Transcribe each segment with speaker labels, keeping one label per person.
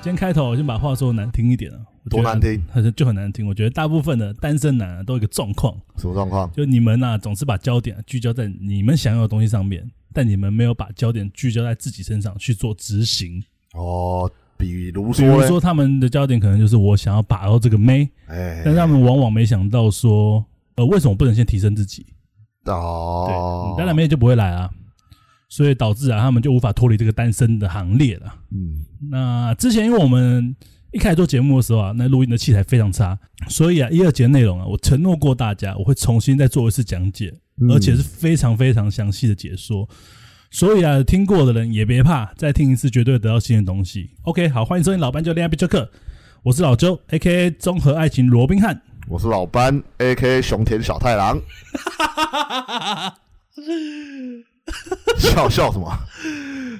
Speaker 1: 今天开头我先把话说难听一点啊，我觉得
Speaker 2: 多难听，
Speaker 1: 很就很难听。我觉得大部分的单身男、啊、都有一个状况，
Speaker 2: 什么状况？
Speaker 1: 就你们呐、啊总是把焦点聚焦在你们想要的东西上面，但你们没有把焦点聚焦在自己身上去做执行。
Speaker 2: 哦，比如
Speaker 1: 比
Speaker 2: 说
Speaker 1: 如
Speaker 2: 嘞，
Speaker 1: 说，他们的焦点可能就是我想要把到这个妹，
Speaker 2: 哎
Speaker 1: 但是他们往往没想到说，呃，为什么我不能先提升自己？
Speaker 2: 哦，
Speaker 1: 对，当然妹就不会来啊，所以导致啊，他们就无法脱离这个单身的行列了。
Speaker 2: 嗯，
Speaker 1: 那之前因为我们一开始做节目的时候啊，那录音的器材非常差，所以啊，一二节内容啊，我承诺过大家，我会重新再做一次讲解，
Speaker 2: 嗯
Speaker 1: 而且是非常非常详细的解说。所以啊，听过的人也别怕，再听一次绝对得到新的东西。OK，好，欢迎收听老班就恋爱必修课，我是老周，A.K.A. 综合爱情罗宾汉。
Speaker 2: 我是老班，A K 熊田小 太郎，笑笑什么？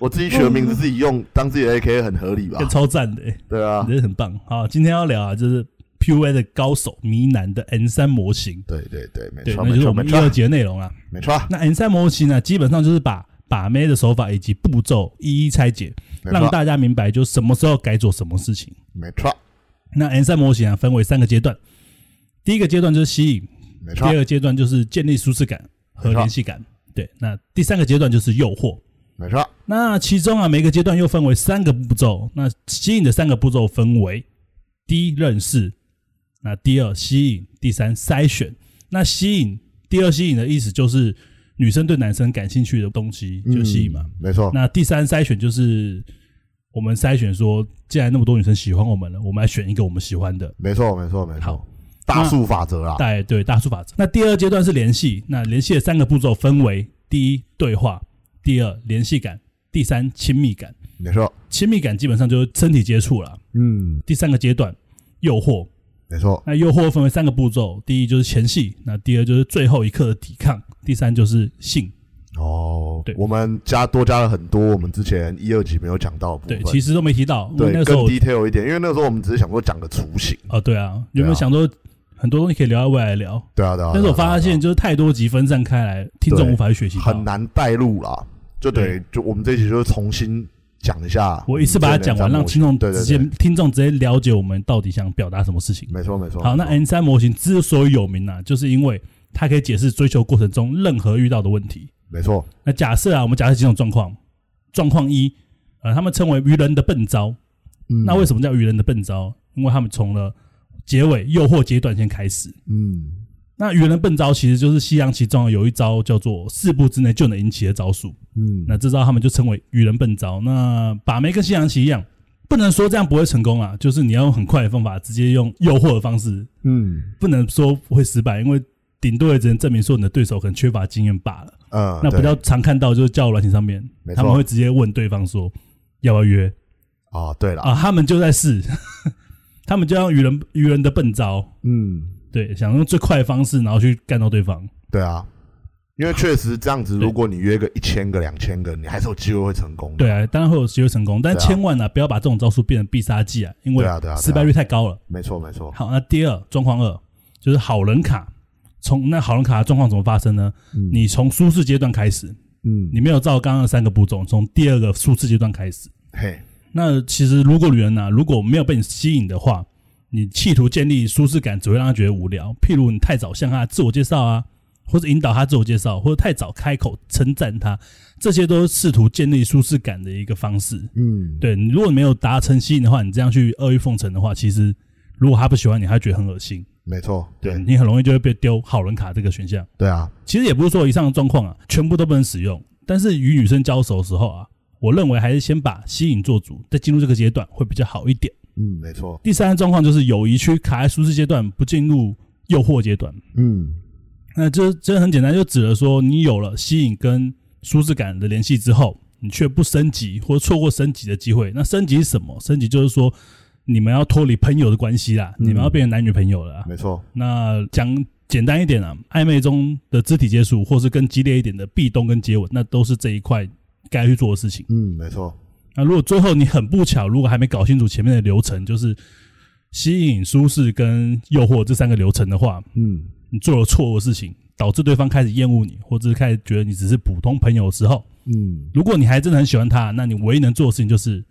Speaker 2: 我自己取的名字自 己用，当自己的 A K 很合理吧
Speaker 1: 这？超赞的、欸，
Speaker 2: 对啊
Speaker 1: 你，真的很棒。好，今天要聊啊，就是 PUA 的高手迷男的 N 三模型，
Speaker 2: 对对对，没
Speaker 1: 对，
Speaker 2: 错
Speaker 1: 那
Speaker 2: 没
Speaker 1: 就是我
Speaker 2: 错
Speaker 1: 们
Speaker 2: 没
Speaker 1: 一二
Speaker 2: 错
Speaker 1: 节内容啊。
Speaker 2: 没错，
Speaker 1: 那 N 三模型呢，基本上就是把把妹的手法以及步骤一一拆解，
Speaker 2: 没
Speaker 1: 让
Speaker 2: 错
Speaker 1: 大家明白就什么时候该做什么事情。
Speaker 2: 没错
Speaker 1: 那 N 三模型啊，分为三个阶段，第一个阶段就是吸引，
Speaker 2: 没
Speaker 1: 第
Speaker 2: 错
Speaker 1: 二个阶段就是建立舒适感和联系感，对，那第三个阶段就是诱惑。
Speaker 2: 没错，
Speaker 1: 那其中啊，每个阶段又分为三个步骤。那吸引的三个步骤分为：第一，认识；那第二，吸引；第三，筛选。那吸引，第二吸引的意思就是女生对男生感兴趣的东西就吸引嘛。
Speaker 2: 嗯，没错，
Speaker 1: 那第三筛选就是我们筛选说，既然那么多女生喜欢我们了，我们来选一个我们喜欢的。
Speaker 2: 没错没错没
Speaker 1: 好
Speaker 2: 错，大数法则啊，
Speaker 1: 大对大数法则。那第二阶段是联系，那联系的三个步骤分为：第一，对话；第二，联系感；第三，亲密感。
Speaker 2: 没错，
Speaker 1: 亲密感基本上就是身体接触了。
Speaker 2: 嗯，
Speaker 1: 第三个阶段，诱惑。
Speaker 2: 没错，
Speaker 1: 那诱惑分为三个步骤，第一就是前戏，那第二就是最后一刻的抵抗，第三就是性。
Speaker 2: 哦，
Speaker 1: 对
Speaker 2: 我们加多加了很多我们之前一二集没有讲到的部
Speaker 1: 对
Speaker 2: 分，，
Speaker 1: 其实都没提到。因为
Speaker 2: 对
Speaker 1: 那个时
Speaker 2: 更
Speaker 1: 候我
Speaker 2: detail 一点，因为那个时候我们只是想说讲个雏形，
Speaker 1: 哦，对啊，有没
Speaker 2: 对
Speaker 1: 有
Speaker 2: 啊
Speaker 1: 想说很多东西可以聊到未来聊？
Speaker 2: 对啊对啊，
Speaker 1: 但是我
Speaker 2: 对啊
Speaker 1: 发现
Speaker 2: 对
Speaker 1: 就是太多集分散开来，听众
Speaker 2: 对
Speaker 1: 无法去学习
Speaker 2: 啊
Speaker 1: 到。
Speaker 2: 很难带入啦，就等于就我们这一集就是重新讲一下，
Speaker 1: 我一次把它讲完，让听众
Speaker 2: 对对
Speaker 1: 直接
Speaker 2: 对，
Speaker 1: 听众直接了解我们到底想表达什么事情。
Speaker 2: 没错没错，嗯
Speaker 1: 好，那哎
Speaker 2: 没错
Speaker 1: N 三模型之所以有名呢、啊，就是因为它可以解释追求过程中任何遇到的问题。
Speaker 2: 没错，
Speaker 1: 那假设啊，我们假设几种状况。状况一，呃，他们称为愚人的笨招。
Speaker 2: 嗯
Speaker 1: 那为什么叫愚人的笨招？因为他们从了结尾诱惑阶段先开始。
Speaker 2: 嗯
Speaker 1: 那愚人笨招其实就是西洋棋中有一招叫做四步之内就能赢棋的招数。
Speaker 2: 嗯，
Speaker 1: 那这招他们就称为愚人笨招。那把妹跟西洋棋一样，不能说这样不会成功啊，就是你要用很快的方法，直接用诱惑的方式，
Speaker 2: 嗯
Speaker 1: 不能说会失败，因为顶多也只能证明说你的对手可能缺乏经验罢了。
Speaker 2: 嗯，
Speaker 1: 那比
Speaker 2: 对
Speaker 1: 较常看到就是交友软件上面
Speaker 2: 没，错
Speaker 1: 他们会直接问对方说要不要约
Speaker 2: 啊，对了，
Speaker 1: 啊，他们就在试， 他们就用愚人愚人的笨招，
Speaker 2: 嗯，
Speaker 1: 对，想用最快的方式，然后去干到对方。
Speaker 2: 对啊。因为确实这样子，
Speaker 1: 对
Speaker 2: 如果你约个一千个、两千个，你还是有机会会成功的。
Speaker 1: 对啊，当然会有机会成功，但
Speaker 2: 对啊
Speaker 1: 千万呢、啊、不要把这种招数变成必杀技啊，因为
Speaker 2: 对啊对啊对啊
Speaker 1: 失败率太高了。
Speaker 2: 没错没错。
Speaker 1: 好，那第二状况二就是好人卡。从那好人卡的状况怎么发生呢？
Speaker 2: 嗯
Speaker 1: 你从舒适阶段开始，
Speaker 2: 嗯，
Speaker 1: 你没有照刚刚的三个步骤，从第二个舒适阶段开始。
Speaker 2: 嘿，
Speaker 1: 那其实如果女人呢、如果没有被你吸引的话，你企图建立舒适感，只会让她觉得无聊。譬如你太早向她自我介绍啊，或者引导她自我介绍，或者太早开口称赞她，这些都是试图建立舒适感的一个方式。
Speaker 2: 嗯，
Speaker 1: 对你，如果没有达成吸引的话，你这样去阿谀奉承的话，其实如果她不喜欢你，她会觉得很恶心。
Speaker 2: 没错，
Speaker 1: 对
Speaker 2: 对
Speaker 1: 你很容易就会被丢好人卡这个选项。
Speaker 2: 对啊，
Speaker 1: 其实也不是说以上的状况啊，全部都不能使用，但是与女生交手的时候啊，我认为还是先把吸引做主，再进入这个阶段会比较好一点。
Speaker 2: 嗯，没错，
Speaker 1: 第三个状况就是友谊区卡在舒适阶段，不进入诱惑阶段。
Speaker 2: 嗯，
Speaker 1: 那这这很简单，就指的说你有了吸引跟舒适感的联系之后，你却不升级或错过升级的机会。那升级是什么？升级就是说你们要脱离朋友的关系啦，
Speaker 2: 嗯
Speaker 1: 你们要变成男女朋友了啊、
Speaker 2: 没错，
Speaker 1: 那讲简单一点啊，暧昧中的肢体接触，或是更激烈一点的壁咚跟接吻，那都是这一块该去做的事情。
Speaker 2: 嗯，没错，
Speaker 1: 那如果最后你很不巧，如果还没搞清楚前面的流程，就是吸引、舒适跟诱惑这三个流程的话，
Speaker 2: 嗯，
Speaker 1: 你做了错误的事情，导致对方开始厌恶你，或者是开始觉得你只是普通朋友的时候，
Speaker 2: 嗯，
Speaker 1: 如果你还真的很喜欢他，那你唯一能做的事情就是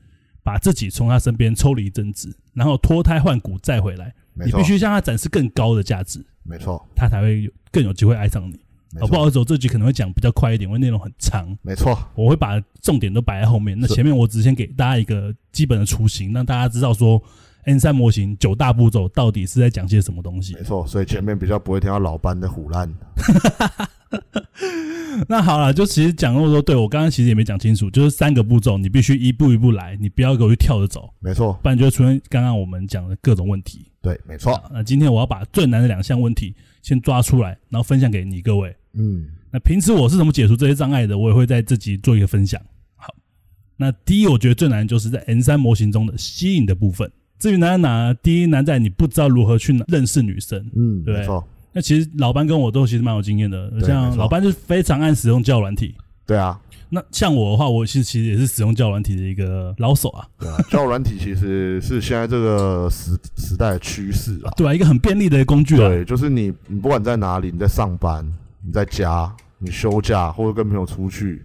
Speaker 1: 把自己从他身边抽离争执，然后脱胎换骨再回来。
Speaker 2: 没
Speaker 1: 你
Speaker 2: 错
Speaker 1: 必，须向他展示更高的价值，
Speaker 2: 没错，
Speaker 1: 他才会有更有机会爱上你。
Speaker 2: 没
Speaker 1: 哦，不
Speaker 2: 错，
Speaker 1: 好意思，我这集可能会讲比较快一点，因为内容很长，
Speaker 2: 没错，
Speaker 1: 我会把重点都摆在后面。那
Speaker 2: 是
Speaker 1: 前面我只先给大家一个基本的雏形，让大家知道说 N 三模型九大步骤到底是在讲些什么东西
Speaker 2: 没。错。所以前面比较不会听到老班的胡烂，
Speaker 1: 那好了，就其实讲那么多，对我刚刚其实也没讲清楚，就是三个步骤，你必须一步一步来，你不要给我去跳着走，
Speaker 2: 没错，
Speaker 1: 不然就会出现刚刚我们讲的各种问题。
Speaker 2: 对，没错，
Speaker 1: 那今天我要把最难的两项问题先抓出来，然后分享给你各位。
Speaker 2: 嗯，
Speaker 1: 那平时我是怎么解除这些障碍的，我也会在这集做一个分享。好，那第一，我觉得最难的就是在 N 三模型中的吸引的部分。至于难在哪呢，第一难在你不知道如何去认识女生。
Speaker 2: 嗯，
Speaker 1: 对
Speaker 2: 没错，
Speaker 1: 那其实老班跟我都其实蛮有经验的，
Speaker 2: 对没
Speaker 1: 像
Speaker 2: 错
Speaker 1: 老班就是非常爱使用交友软体。
Speaker 2: 对啊，
Speaker 1: 那像我的话，我是其实也是使用交友软体的一个老手啊，
Speaker 2: 对啊，交友软体其实是现在这个时时代的趋势啊。
Speaker 1: 对啊，一个很便利的工具啊。
Speaker 2: 对，就是你，你不管在哪里，你在上班，你在家，你休假，或者跟朋友出去，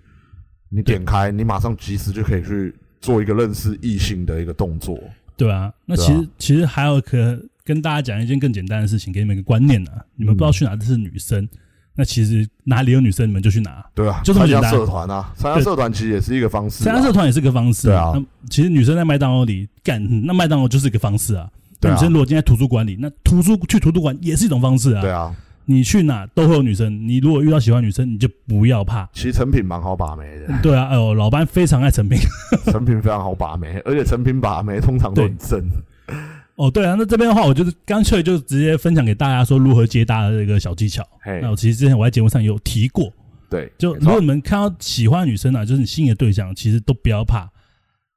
Speaker 2: 你点开，你马上及时就可以去做一个认识异性的一个动作。
Speaker 1: 对啊，那
Speaker 2: 对啊
Speaker 1: 其实、其实还有可跟大家讲一件更简单的事情，给你们一个观念啊。你们不知
Speaker 2: 嗯
Speaker 1: 道去哪是女生，那其实哪里有女生你们就去哪。
Speaker 2: 对啊，
Speaker 1: 就这么
Speaker 2: 参加
Speaker 1: 简单
Speaker 2: 社团啊，参加
Speaker 1: 对
Speaker 2: 社团其实也是一个方式、啊。
Speaker 1: 参加社团也是个方式。
Speaker 2: 对啊
Speaker 1: 那其实女生在麦当劳里干，嗯那麦当劳就是一个方式啊。
Speaker 2: 对
Speaker 1: 那
Speaker 2: 啊
Speaker 1: 女生如果今天在图书馆里，那图书去图书馆也是一种方式啊。
Speaker 2: 对啊，
Speaker 1: 你去哪都会有女生，你如果遇到喜欢女生，你就不要怕。
Speaker 2: 其实成品蛮好把妹 的，
Speaker 1: 对啊，哎呦，老班非常爱成品。
Speaker 2: 成品非常好把妹，而且成品把妹通常都很正。
Speaker 1: 哦，对啊，那这边的话，我就是干脆就直接分享给大家说如何接搭的这个小技巧。
Speaker 2: 嘿
Speaker 1: 那，我其实之前我在节目上也有提过，
Speaker 2: 对，
Speaker 1: 就
Speaker 2: 哎没
Speaker 1: 如果
Speaker 2: 错
Speaker 1: 你们看到喜欢的女生啊，就是你心仪的对象，其实都不要怕，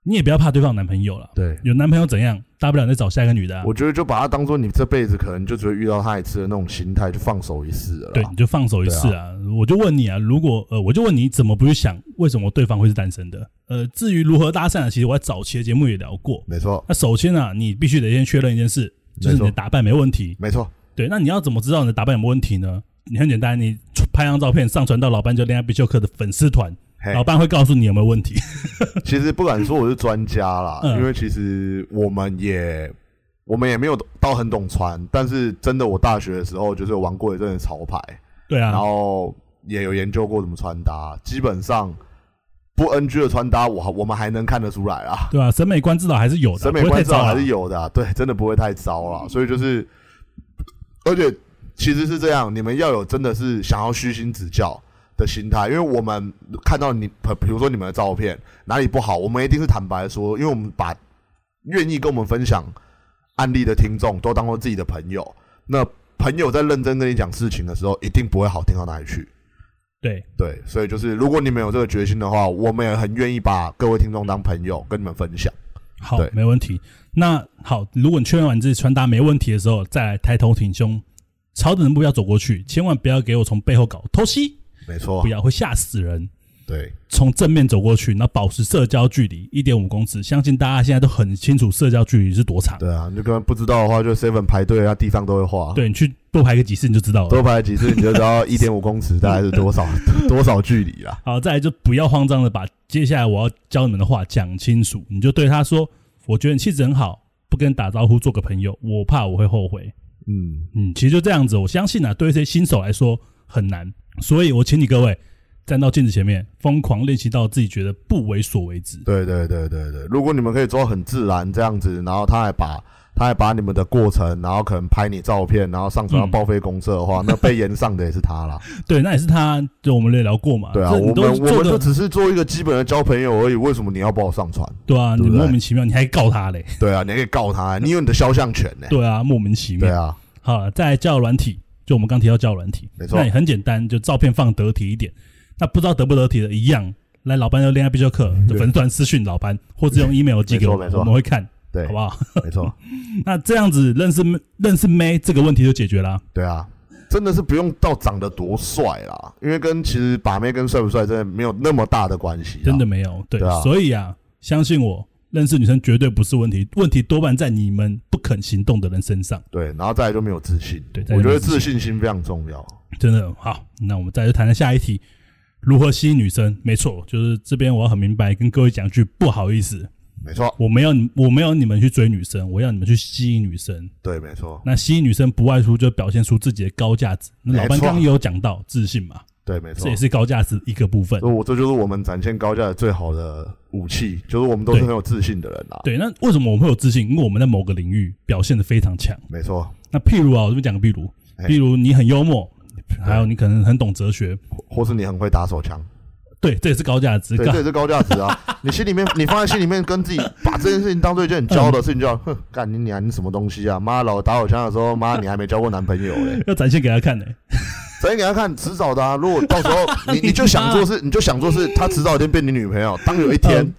Speaker 1: 你也不要怕对方有男朋友了。
Speaker 2: 对，
Speaker 1: 有男朋友怎样？大不了再找下一个女的、啊。
Speaker 2: 我觉得就把它当做你这辈子可能就只会遇到他一次的那种心态，就放手一试了啦。
Speaker 1: 对，你就放手一次啊！我就问你啊，如果呃，我就问你怎么不去想为什么对方会是单身的？呃，至于如何搭讪啊，其实我在早期的节目也聊过。
Speaker 2: 没错，
Speaker 1: 那首先啊，你必须得先确认一件事，就是
Speaker 2: 没
Speaker 1: 你
Speaker 2: 错
Speaker 1: 的打扮没问题。
Speaker 2: 没错，
Speaker 1: 对，那你要怎么知道你的打扮有没有问题呢？你很简单，你拍张照片上传到老班就恋爱必修课的粉丝团，
Speaker 2: 嘿
Speaker 1: 老班会告诉你有没有问题。
Speaker 2: 其实不敢说我是专家啦，
Speaker 1: 嗯
Speaker 2: 因为其实我们也我们也没有到很懂船，但是真的我大学的时候就是有玩过一阵子潮牌，
Speaker 1: 对
Speaker 2: 然
Speaker 1: 啊，
Speaker 2: 后也有研究过怎么穿搭，基本上不 NG 的穿搭我我们还能看得出来啊，
Speaker 1: 对啊，审美观至少还是有的，
Speaker 2: 审美
Speaker 1: 不会
Speaker 2: 观
Speaker 1: 太
Speaker 2: 照
Speaker 1: 糟啊
Speaker 2: 还是有的啊、嗯对，真的不会太糟啦。所以就是，而且其实是这样，你们要有真的是想要虚心指教。的心态，因为我们看到你，比如说你们的照片哪里不好，我们一定是坦白说，因为我们把愿意跟我们分享案例的听众都当做自己的朋友。那朋友在认真跟你讲事情的时候，一定不会好听到哪里去。
Speaker 1: 对，
Speaker 2: 对，所以就是如果你们有这个决心的话，我们也很愿意把各位听众当朋友跟你们分享。
Speaker 1: 好
Speaker 2: 对，
Speaker 1: 没问题。那好，如果你确认完自己穿搭没问题的时候，再来抬头挺胸，朝着目标走过去，千万不要给我从背后搞偷袭，
Speaker 2: 没错
Speaker 1: 不，要会吓死人。
Speaker 2: 对，
Speaker 1: 从正面走过去，那保持社交距离一点五公尺，相信大家现在都很清楚社交距离是多长。
Speaker 2: 对啊，你就跟不知道的话，就 seven 排队啊，地方都会画，
Speaker 1: 对你去多排个几次你就知道
Speaker 2: 多
Speaker 1: 了。
Speaker 2: 排几次你就知道一点五公尺大概是多 少多少距离啦。
Speaker 1: 好，再来就不要慌张的把接下来我要教你们的话讲清楚，你就对他说：“我觉得你气质很好，不跟你打招呼做个朋友，我怕我会后悔。”
Speaker 2: 嗯，
Speaker 1: 嗯，其实就这样子，我相信啊，对一些新手来说很难，所以我请你各位站到镜子前面，疯狂练习到自己觉得不为所为止。
Speaker 2: 对对对对对，如果你们可以做到很自然这样子，然后他还把他还把你们的过程，然后可能拍你照片，然后上传到
Speaker 1: 嗯
Speaker 2: 报废公社的话，那被延上的也是 他啦。
Speaker 1: 对，那也是他，就我们也聊过嘛，
Speaker 2: 对啊，
Speaker 1: 这
Speaker 2: 我
Speaker 1: 你都
Speaker 2: 们我
Speaker 1: 做
Speaker 2: 们就
Speaker 1: 的，
Speaker 2: 只是做一个基本的交朋友而已，为什么你要把我上传？
Speaker 1: 对啊，
Speaker 2: 对
Speaker 1: 你
Speaker 2: 不对
Speaker 1: 莫名其妙，你还告他 嘞，
Speaker 2: 对啊，你还可以告他，你有你的肖像权呢、
Speaker 1: 对啊，莫名其
Speaker 2: 对
Speaker 1: 妙。
Speaker 2: 啊，
Speaker 1: 好了，再来教软体，就我们刚提到教软体，
Speaker 2: 没错
Speaker 1: 那也很简单，就照片放得体一点。那不知道得不得体的，一样来老班的恋爱必修课，就
Speaker 2: 嗯对
Speaker 1: 粉丝团私讯老班，或者用 email 寄给我
Speaker 2: 没
Speaker 1: 们，
Speaker 2: 错没错
Speaker 1: 我们会看，
Speaker 2: 对
Speaker 1: 好，不好？
Speaker 2: 没错，
Speaker 1: 那这样子认识认识妹这个问题就解决啦、
Speaker 2: 对啊，真的是不用到长得多帅啦，因为跟其实把妹跟帅不帅真的没有那么大的关系啦，
Speaker 1: 真的没有，对，
Speaker 2: 对啊
Speaker 1: 所以啊，相信我，认识女生绝对不是问题，问题多半在你们不肯行动的人身上，
Speaker 2: 对，然后再来就没有自信，
Speaker 1: 对再来
Speaker 2: 我觉
Speaker 1: 没有
Speaker 2: 得
Speaker 1: 自
Speaker 2: 自信心非常重要，
Speaker 1: 真的好。那我们再去谈谈下一题，如何吸引女生？没错，就是这边我要很明白跟各位讲句不好意思，
Speaker 2: 没错，
Speaker 1: 我没有你我没有你们去追女生，我要你们去吸引女生。
Speaker 2: 对，没错，
Speaker 1: 那吸引女生不外出就表现出自己的高价值。那老
Speaker 2: 没
Speaker 1: 班
Speaker 2: 错
Speaker 1: 刚刚也有讲到自信嘛，
Speaker 2: 对，啊没错
Speaker 1: 这也。是高价值一个部分
Speaker 2: 所。以我这就是我们展现高价的最好的武器，就是我们都是
Speaker 1: 对
Speaker 2: 很有自信的人啊啦。，
Speaker 1: 对，那为什么我们会有自信？因为我们在某个领域表现的非常强。
Speaker 2: 没错，
Speaker 1: 那譬如啊，我这边讲个譬如，
Speaker 2: 哎
Speaker 1: 譬如你很幽默，还有你可能很懂哲学，
Speaker 2: 或或是你很会打手枪，
Speaker 1: 对，这也是高价值。
Speaker 2: 对，
Speaker 1: 干
Speaker 2: 这也是高价值啊！你心里面，你放在心里面，跟自己把这件事情当做一件很骄傲的事情，就要哼， 干你娘，你什么东西啊？妈，老打手枪的时候，妈，你还没交过男朋友嘞？
Speaker 1: 要展现给他看呢、
Speaker 2: 展现给他看，迟早的啊！如果到时候 你你就 想做事，你就想做事，他迟早一天变你女朋友。当有一天
Speaker 1: 嗯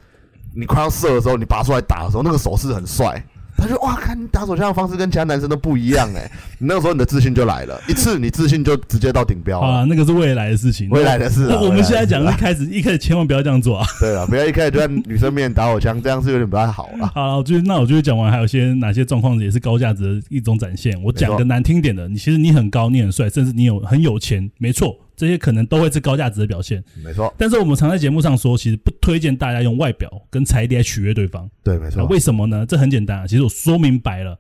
Speaker 2: 你快要射的时候，你拔出来打的时候，那个手势很帅，他就哇，看你打手枪的方式跟其他男生都不一样哎、你那个时候你的自信就来了，一次你自信就直接到顶标
Speaker 1: 好
Speaker 2: 了。
Speaker 1: 啦，那个是未来的事情。
Speaker 2: 哦未来的事
Speaker 1: 啊
Speaker 2: 啊
Speaker 1: 那我们现在讲
Speaker 2: 未
Speaker 1: 的
Speaker 2: 来
Speaker 1: 是开始，一开始千万不要这样做啊！
Speaker 2: 对了，不要一开始就在女生面前打手枪，这样是有点不太好了。
Speaker 1: 好了，我就那我就讲完，还有些哪些状况也是高价值的一种展现。我讲
Speaker 2: 没
Speaker 1: 个
Speaker 2: 错
Speaker 1: 难听点的，你其实你很高，你很帅，甚至你有很有钱，没错，这些可能都会是高价值的表现。
Speaker 2: 没错，
Speaker 1: 但是我们常在节目上说，其实不推荐大家用外表跟财力来取悦对方。
Speaker 2: 对，啊没
Speaker 1: 那
Speaker 2: 错，
Speaker 1: 为什么呢？这很简单啊，其实我说明白了，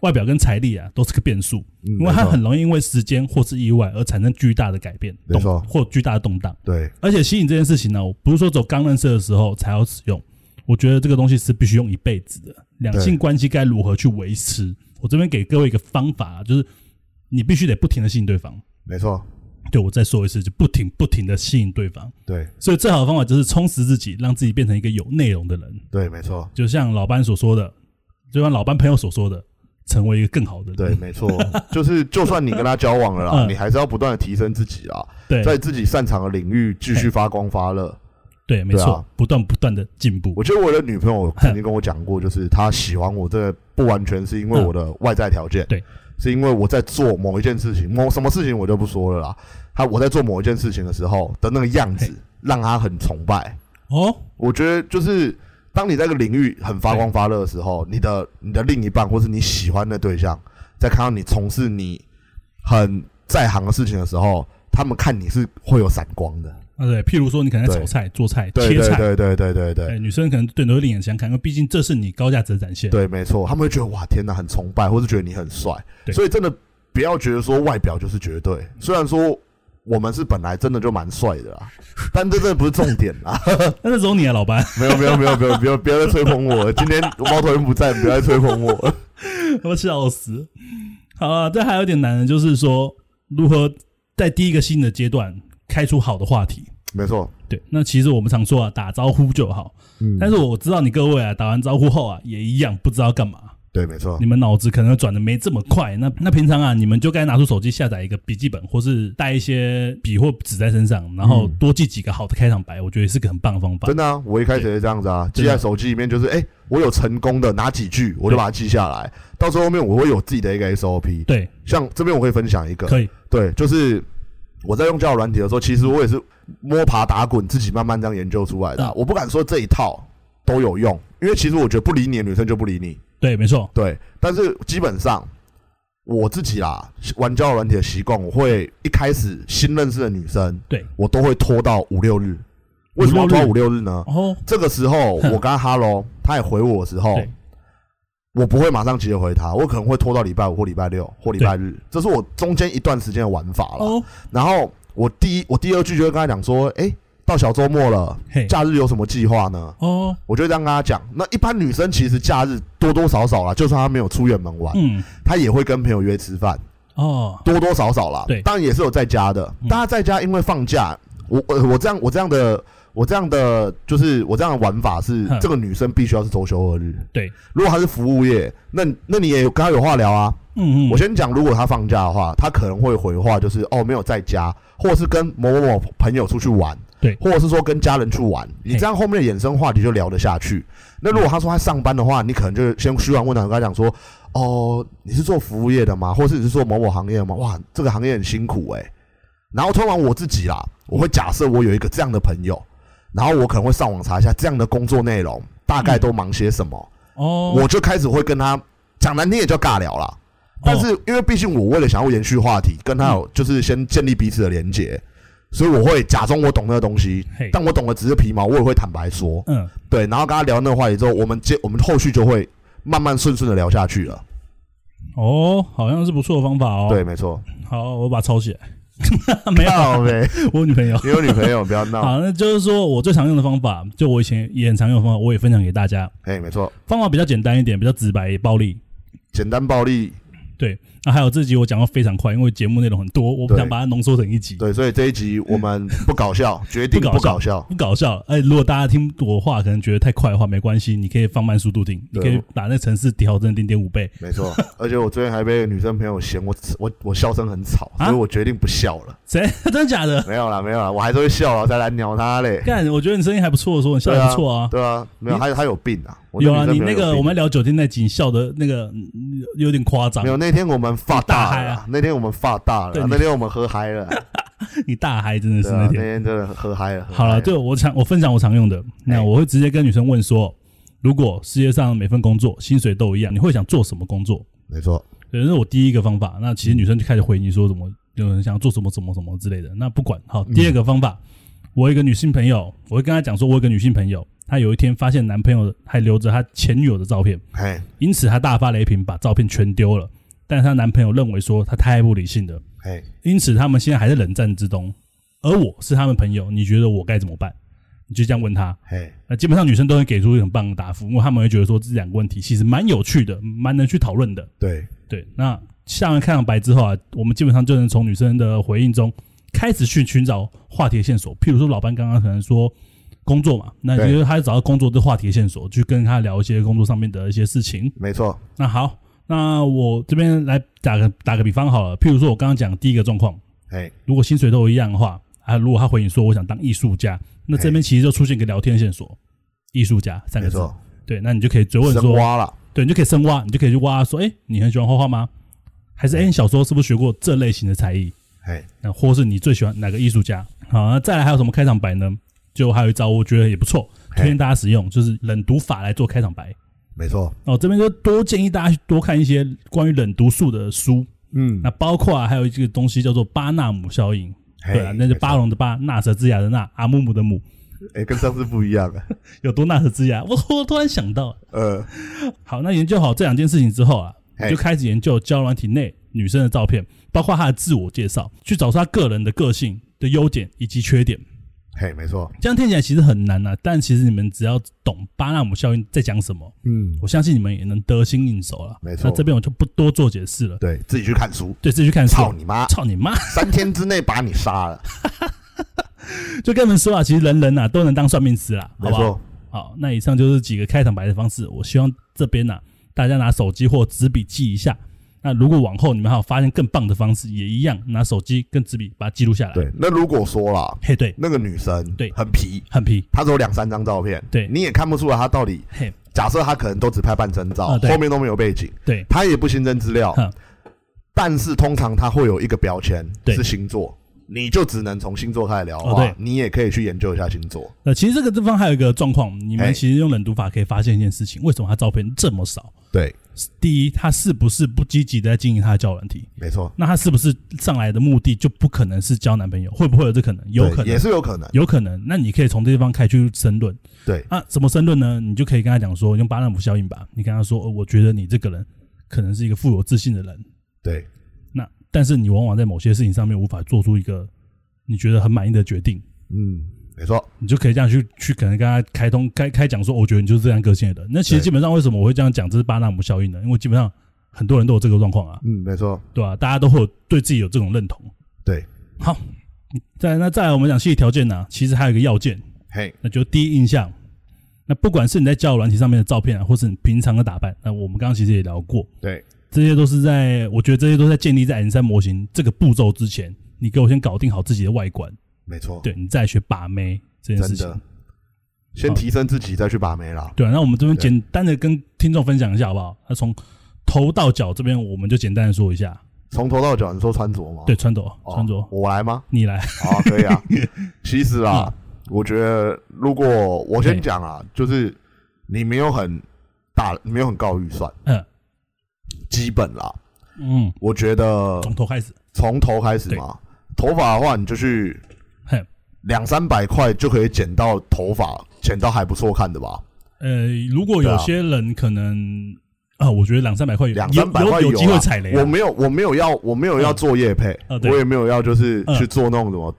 Speaker 1: 外表跟财力啊都是个变数，
Speaker 2: 因
Speaker 1: 因为它很容易因为时间或是意外而产生巨大的改变，
Speaker 2: 没
Speaker 1: 动
Speaker 2: 错
Speaker 1: 或巨大的动荡。
Speaker 2: 对，
Speaker 1: 而且吸引这件事情啊呢，我不是说走刚认识的时候才要使用，我觉得这个东西是必须用一辈子的。两性关系该如何去维持？我这边给各位一个方法啊，就是你必须得不停的吸引对方。
Speaker 2: 没错，
Speaker 1: 对我再说一次，就不停不停的吸引对方。
Speaker 2: 对
Speaker 1: 所以最好的方法就是充实自己，让自己变成一个有内容的人。
Speaker 2: 对，没错，
Speaker 1: 就像老班所说的，就像老班朋友所说的，成为一个更好的
Speaker 2: 对，
Speaker 1: 人。
Speaker 2: 没错，就是就算你跟他交往了啦，
Speaker 1: 嗯
Speaker 2: 你还是要不断的提升自己啊。
Speaker 1: 对
Speaker 2: 在
Speaker 1: 对
Speaker 2: 自己擅长的领域继续发光发热。
Speaker 1: 对，没
Speaker 2: 对啊
Speaker 1: 错，不断不断的进步
Speaker 2: 我。觉得我的女朋友曾经跟我讲过，就是她喜欢我，这个不完全是因为我的外在条件，
Speaker 1: 嗯对，
Speaker 2: 是因为我在做某一件事情，某什么事情我就不说了啦。她我在做某一件事情的时候的那个样子
Speaker 1: 嘿，
Speaker 2: 让她很崇拜。
Speaker 1: 哦，
Speaker 2: 我觉得就是当你在一个领域很发光发热的时候，你的你的另一半或是你喜欢的对象，在看到你从事你很在行的事情的时候，他们看你是会有闪光的。
Speaker 1: 啊对，譬如说你可能在
Speaker 2: 对
Speaker 1: 炒菜、做菜、
Speaker 2: 对
Speaker 1: 切
Speaker 2: 对
Speaker 1: 菜，
Speaker 2: 对对对对对
Speaker 1: 哎、。女生可能对你会另眼相看，因为毕竟这是你高价值的展现。
Speaker 2: 对，没错，他们会觉得哇，天哪，很崇拜，或是觉得你很帅。
Speaker 1: 对
Speaker 2: 所以真的不要觉得说外表就是绝对。虽然说我们是本来真的就蛮帅的啦，但这真的不是重点啦。
Speaker 1: 那那时候你啊，老板，
Speaker 2: 没有，没有，没有，没有，不要不要再吹捧我了。今天猫头鹰不在，不要再吹捧我了。
Speaker 1: 我笑死。好啊，这还有点难的，就是说如何在第一个新的阶段开出好的话题。
Speaker 2: 没错，
Speaker 1: 对，那其实我们常说啊，打招呼就好。
Speaker 2: 嗯
Speaker 1: 但是我知道你各位啊，打完招呼后啊，也一样不知道干嘛。
Speaker 2: 对，没错
Speaker 1: 你，们脑子可能转的没这么快。那那平常啊，你们就该拿出手机下载一个笔记本，或是带一些笔或纸在身上，然后多记几个好的开场白，我觉得是个很棒的方法
Speaker 2: 嗯真。的啊，我一开始也是这样子啊，
Speaker 1: 对
Speaker 2: 记在手机里面，就是哎、我有成功的哪几句，我就把它记下来。到时候后面我会有自己的一个 SOP。
Speaker 1: 对，
Speaker 2: 像这边我会分享一个，
Speaker 1: 可以，
Speaker 2: 对，就是我在用交友软体的时候，其实我也是摸爬打滚，自己慢慢这样研究出来的啊、
Speaker 1: 嗯
Speaker 2: 我不敢说这一套都有用，因为其实我觉得不理你的女生就不理你，
Speaker 1: 对，没错，
Speaker 2: 对。但是基本上我自己啦，玩交友软体的习惯，我会一开始新认识的女生，
Speaker 1: 对
Speaker 2: 我都会拖到五六日。为什么要拖到五六日呢？
Speaker 1: 哦，
Speaker 2: 这个时候我
Speaker 1: 哼
Speaker 2: 跟她 hello，她也回我的时候
Speaker 1: 对，
Speaker 2: 我不会马上急着回她，我可能会拖到礼拜五或礼拜六或礼拜日，这是我中间一段时间的玩法了。
Speaker 1: 哦，
Speaker 2: 然后我第一我第二句就会跟他讲说，哎、到小周末了，
Speaker 1: 嘿，
Speaker 2: 假日有什么计划呢？
Speaker 1: 哦，
Speaker 2: 我就这样跟他讲。那一般女生其实假日多多少少啦，就算她没有出远门玩，
Speaker 1: 嗯，
Speaker 2: 她也会跟朋友约吃饭，
Speaker 1: 哦，
Speaker 2: 多多少少啦。
Speaker 1: 对
Speaker 2: 当然也是有在家的
Speaker 1: 嗯。
Speaker 2: 大家在家因为放假，我我我这样我这样的我这样的就是我这样的玩法是
Speaker 1: 哼，
Speaker 2: 这个女生必须要是周休二日。
Speaker 1: 对，
Speaker 2: 如果她是服务业，那那你也有跟她有话聊啊。
Speaker 1: 嗯嗯，
Speaker 2: 我先讲，如果他放假的话，他可能会回话，就是哦没有在家，或者是跟某某某朋友出去玩，
Speaker 1: 对
Speaker 2: 或者是说跟家人去玩，你
Speaker 1: 嘿
Speaker 2: 这样后面的衍生话题就聊得下去。那如果他说他上班的话，你可能就先虚然问他，跟他讲说，哦，你是做服务业的吗？或是你是做某某行业的吗？
Speaker 1: 嗯
Speaker 2: 哇，这个行业很辛苦诶、然后通常我自己啦，我会假设我有一个这样的朋友，然后我可能会上网查一下这样的工作内容大概都忙些什么，
Speaker 1: 哦，
Speaker 2: 我就开始会跟他讲难听也叫尬聊啦。但
Speaker 1: 哦嗯
Speaker 2: 是因为毕竟我为了想要延续话题，跟他有就是先建立彼此的连接，所以我会假装我懂那个东西
Speaker 1: 嘿，
Speaker 2: 但我懂的只是皮毛，我也会坦白说。
Speaker 1: 哎嗯，
Speaker 2: 对，然后跟他聊那个话题之后，我们接我们后续就会慢慢顺顺的聊下去了。
Speaker 1: 哦，好像是不错的方法哦。
Speaker 2: 对，，没错。
Speaker 1: 好，我把它抄起来。 没有啊，
Speaker 2: 靠呗，
Speaker 1: 我有女朋友。
Speaker 2: 你有女朋友不要闹。
Speaker 1: 好，那就是说我最常用的方法，就我以前也很常用的方法，我也分享给大家。
Speaker 2: 哎，没错，
Speaker 1: 方法比较简单一点，比较直白暴力。
Speaker 2: 简单暴力。
Speaker 1: 对，那还有这集我讲到非常快，因为节目内容很多，我不
Speaker 2: 对
Speaker 1: 想把它浓缩成一集，
Speaker 2: 对，所以这一集我们不搞笑，决定
Speaker 1: 嗯不搞
Speaker 2: 不搞笑。
Speaker 1: 不搞笑。哎，如果大家听我话可能觉得太快的话，没关系，你可以放慢速度听，你
Speaker 2: 对
Speaker 1: 可以把那城市调成零点五倍。
Speaker 2: 没错，而且我最近还被女生朋友嫌我我我笑声很吵，
Speaker 1: 啊
Speaker 2: 所以我决定不笑了。
Speaker 1: 谁？ 真的假的？
Speaker 2: 没有啦，没有啦，我还是会笑了才来鸟她嘞。
Speaker 1: 干，我觉得你声音还不错，说你笑
Speaker 2: 对
Speaker 1: 的
Speaker 2: 啊
Speaker 1: 不错啊。
Speaker 2: 对啊，没有，
Speaker 1: 你
Speaker 2: 她她有病啊！我对
Speaker 1: 有
Speaker 2: 女
Speaker 1: 啊，
Speaker 2: 生
Speaker 1: 你
Speaker 2: 朋
Speaker 1: 那
Speaker 2: 友有
Speaker 1: 个
Speaker 2: 病
Speaker 1: 我们聊酒店那集你笑的那个嗯有点夸张
Speaker 2: 没，有那天我们发
Speaker 1: 大
Speaker 2: 大
Speaker 1: 嗨
Speaker 2: 了
Speaker 1: 啊
Speaker 2: 啦，那天我们发大
Speaker 1: 对
Speaker 2: 了啦
Speaker 1: 你，
Speaker 2: 那天我们喝嗨了啦，
Speaker 1: 你大嗨真的
Speaker 2: 对
Speaker 1: 是
Speaker 2: 啊，
Speaker 1: 那
Speaker 2: 那
Speaker 1: 天。
Speaker 2: 天真的喝嗨了。喝
Speaker 1: 好
Speaker 2: 嗨
Speaker 1: 了，对我常我分享我常用的，那
Speaker 2: 哎
Speaker 1: 我会直接跟女生问说，如果世界上每份工作薪水都一样，你会想做什么工作？
Speaker 2: 没错，
Speaker 1: 对，这是我第一个方法。那其实女生就开始回你说什么，有人想做什么什么什么之类的。那不管好，第二个方法，我有一个女性朋友，我会跟她讲说，我有一个女性朋友，她有一天发现男朋友还留着她前女友的照片，
Speaker 2: 嘿，
Speaker 1: 因此她大发雷霆，把照片全丢了。但是她男朋友认为说她太不理性了，
Speaker 2: 嘿，
Speaker 1: 因此他们现在还在冷战之中。而我是他们朋友，你觉得我该怎么办？你就这样问她。
Speaker 2: 嘿，
Speaker 1: 那基本上女生都会给出很棒的答复，因为他们会觉得说这两个问题其实蛮有趣的，蛮能去讨论的。
Speaker 2: 对，
Speaker 1: 对，那下完开场白之后啊，我们基本上就能从女生的回应中开始去寻找话题的线索。譬如说，老班刚刚可能说工作嘛，那
Speaker 2: 对
Speaker 1: 就是他找到工作的话题的线索，去跟他聊一些工作上面的一些事情。
Speaker 2: 没错，
Speaker 1: 那好，那我这边来打个打个比方好了，譬如说我刚刚讲第一个状况，
Speaker 2: 嘿，
Speaker 1: 如果薪水都一样的话，啊，如果他回你说我想当艺术家，那这边其实就出现一个聊天线索，艺术家三
Speaker 2: 哎
Speaker 1: 个
Speaker 2: 没
Speaker 1: 字。
Speaker 2: 错，
Speaker 1: 对，那你就可以追问
Speaker 2: 深
Speaker 1: 说，
Speaker 2: 挖了，
Speaker 1: 对，你就可以深挖，你就可以去挖说，哎、你很喜欢画画吗？还是哎、诶你小时候是不是学过这类型的才艺？
Speaker 2: 嘿，
Speaker 1: 那或是你最喜欢哪个艺术家？好，那再来还有什么开场白呢？就还有一招，我觉得也不错，
Speaker 2: 嘿
Speaker 1: 推荐大家使用，就是冷读法来做开场白。
Speaker 2: 没错，
Speaker 1: 哦，这边就多建议大家去多看一些关于冷读术的书，
Speaker 2: 嗯，
Speaker 1: 那包括、啊、还有一个东西叫做巴纳姆效应，
Speaker 2: 嘿
Speaker 1: 对啊，那就巴，
Speaker 2: 没
Speaker 1: 龙的巴，纳蛇之牙的纳，阿姆姆的姆，
Speaker 2: 错哎，跟上次不一样啊，
Speaker 1: 有多纳蛇之牙？我我突然想到，
Speaker 2: 呃，
Speaker 1: 好，那研究好这两件事情之后啊，
Speaker 2: 嘿
Speaker 1: 你就开始研究交友软体内女生的照片，包括她的自我介绍，去找出她个人的个性的优点以及缺点。
Speaker 2: 嘿，没错，
Speaker 1: 这样听起来其实很难啊，但其实你们只要懂巴纳姆效应在讲什么，
Speaker 2: 嗯，
Speaker 1: 我相信你们也能得心应手了。
Speaker 2: 没错
Speaker 1: 那这边我就不多做解释了，
Speaker 2: 对自己去看书，
Speaker 1: 对自己去看书。
Speaker 2: 操你妈，
Speaker 1: 操你妈！
Speaker 2: 三天之内把你杀 了，
Speaker 1: 就跟你们说啊，其实人人啊都能当算命师啦，好
Speaker 2: 没
Speaker 1: 不好？
Speaker 2: 错，
Speaker 1: 好，那以上就是几个开场白的方式。我希望这边呢、啊，大家拿手机或纸笔记一下。那如果往后你们还有发现更棒的方式，也一样拿手机跟纸笔把它记录下来。，
Speaker 2: 对，那如果说啦，
Speaker 1: 嘿，对，
Speaker 2: 那个女生
Speaker 1: 对
Speaker 2: 很皮，
Speaker 1: 很皮，
Speaker 2: 她只有两三张照片，
Speaker 1: 对
Speaker 2: 你也看不出来她到底。
Speaker 1: 嘿，
Speaker 2: 假设她可能都只拍半身照，
Speaker 1: 啊对
Speaker 2: 后面都没有背景，
Speaker 1: 对，
Speaker 2: 她也不新增资料
Speaker 1: 哼，
Speaker 2: 但是通常她会有一个标签
Speaker 1: 对
Speaker 2: 是星座，你就只能从星座开始聊的
Speaker 1: 哦
Speaker 2: 话，
Speaker 1: 对
Speaker 2: 你也可以去研究一下星座，
Speaker 1: 那其实这个地方还有一个状况，你们
Speaker 2: 嘿
Speaker 1: 其实用冷读法可以发现一件事情：为什么他照片这么少？
Speaker 2: 对，
Speaker 1: 第一，他是不是不积极的在经营他的交友软体？
Speaker 2: 没错，
Speaker 1: 那他是不是上来的目的就不可能是交男朋友？会不会有这可能？有可
Speaker 2: 对
Speaker 1: 能
Speaker 2: 也，是有可能，
Speaker 1: 有可能。那你可以从这地方开始去申论。
Speaker 2: 对，
Speaker 1: 啊，怎么申论呢？你就可以跟他讲说，用巴纳姆效应吧。你跟他说、呃我觉得你这个人可能是一个富有自信的人，
Speaker 2: 对，
Speaker 1: 那但是你往往在某些事情上面无法做出一个你觉得很满意的决定，
Speaker 2: 嗯，没错，
Speaker 1: 你就可以这样去去可能跟他开通开开讲说，哦我觉得你就是这样个性的人。那其实
Speaker 2: 对
Speaker 1: 基本上为什么我会这样讲，这是巴纳姆效应呢？因为基本上很多人都有这个状况啊，
Speaker 2: 嗯，没错，
Speaker 1: 对吧、大家都会有对自己有这种认同。
Speaker 2: 对，
Speaker 1: 好，再那再来我们讲心理条件呢、啊其实还有一个要件，
Speaker 2: 嘿，
Speaker 1: 那就第一印象。那不管是你在交友软体上面的照片啊，或是你平常的打扮，那我们刚刚其实也聊过，
Speaker 2: 对，
Speaker 1: 这些都是在我觉得这些都是在建立在 N 三模型这个步骤之前，你给我先搞定好自己的外观，
Speaker 2: 没错，
Speaker 1: 对你再来学把妹这件事
Speaker 2: 真
Speaker 1: 情
Speaker 2: 的。，先提升自己再去把妹啦，
Speaker 1: 对啊，那我们这边
Speaker 2: 对
Speaker 1: 简单的跟听众分享一下好不好？那从头到脚这边，我们就简单的说一下。
Speaker 2: 从头到脚，你说穿着吗？
Speaker 1: 对，，穿着，
Speaker 2: 哦
Speaker 1: 穿着，
Speaker 2: 我来吗？
Speaker 1: 你来。
Speaker 2: 好啊，可以 啊。其实
Speaker 1: 嗯
Speaker 2: 啊，我觉得如果我先讲啊，就是你没有很大，没有很高预算，
Speaker 1: 嗯
Speaker 2: 基本啦，
Speaker 1: 嗯，
Speaker 2: 我觉得
Speaker 1: 从头开始。
Speaker 2: 从头开始嘛。头发的话，你就去两三百块就可以剪到头发，剪到还不错看的吧？
Speaker 1: 呃，如果有些人可能啊，我觉得两三百块有
Speaker 2: 啊两三百块
Speaker 1: 有有机会
Speaker 2: 啦
Speaker 1: 踩雷啊，
Speaker 2: 我没有，我没有要，我没有要
Speaker 1: 嗯
Speaker 2: 做夜配，
Speaker 1: 啊对
Speaker 2: 我也没有要就是
Speaker 1: 嗯
Speaker 2: 去做那种什么，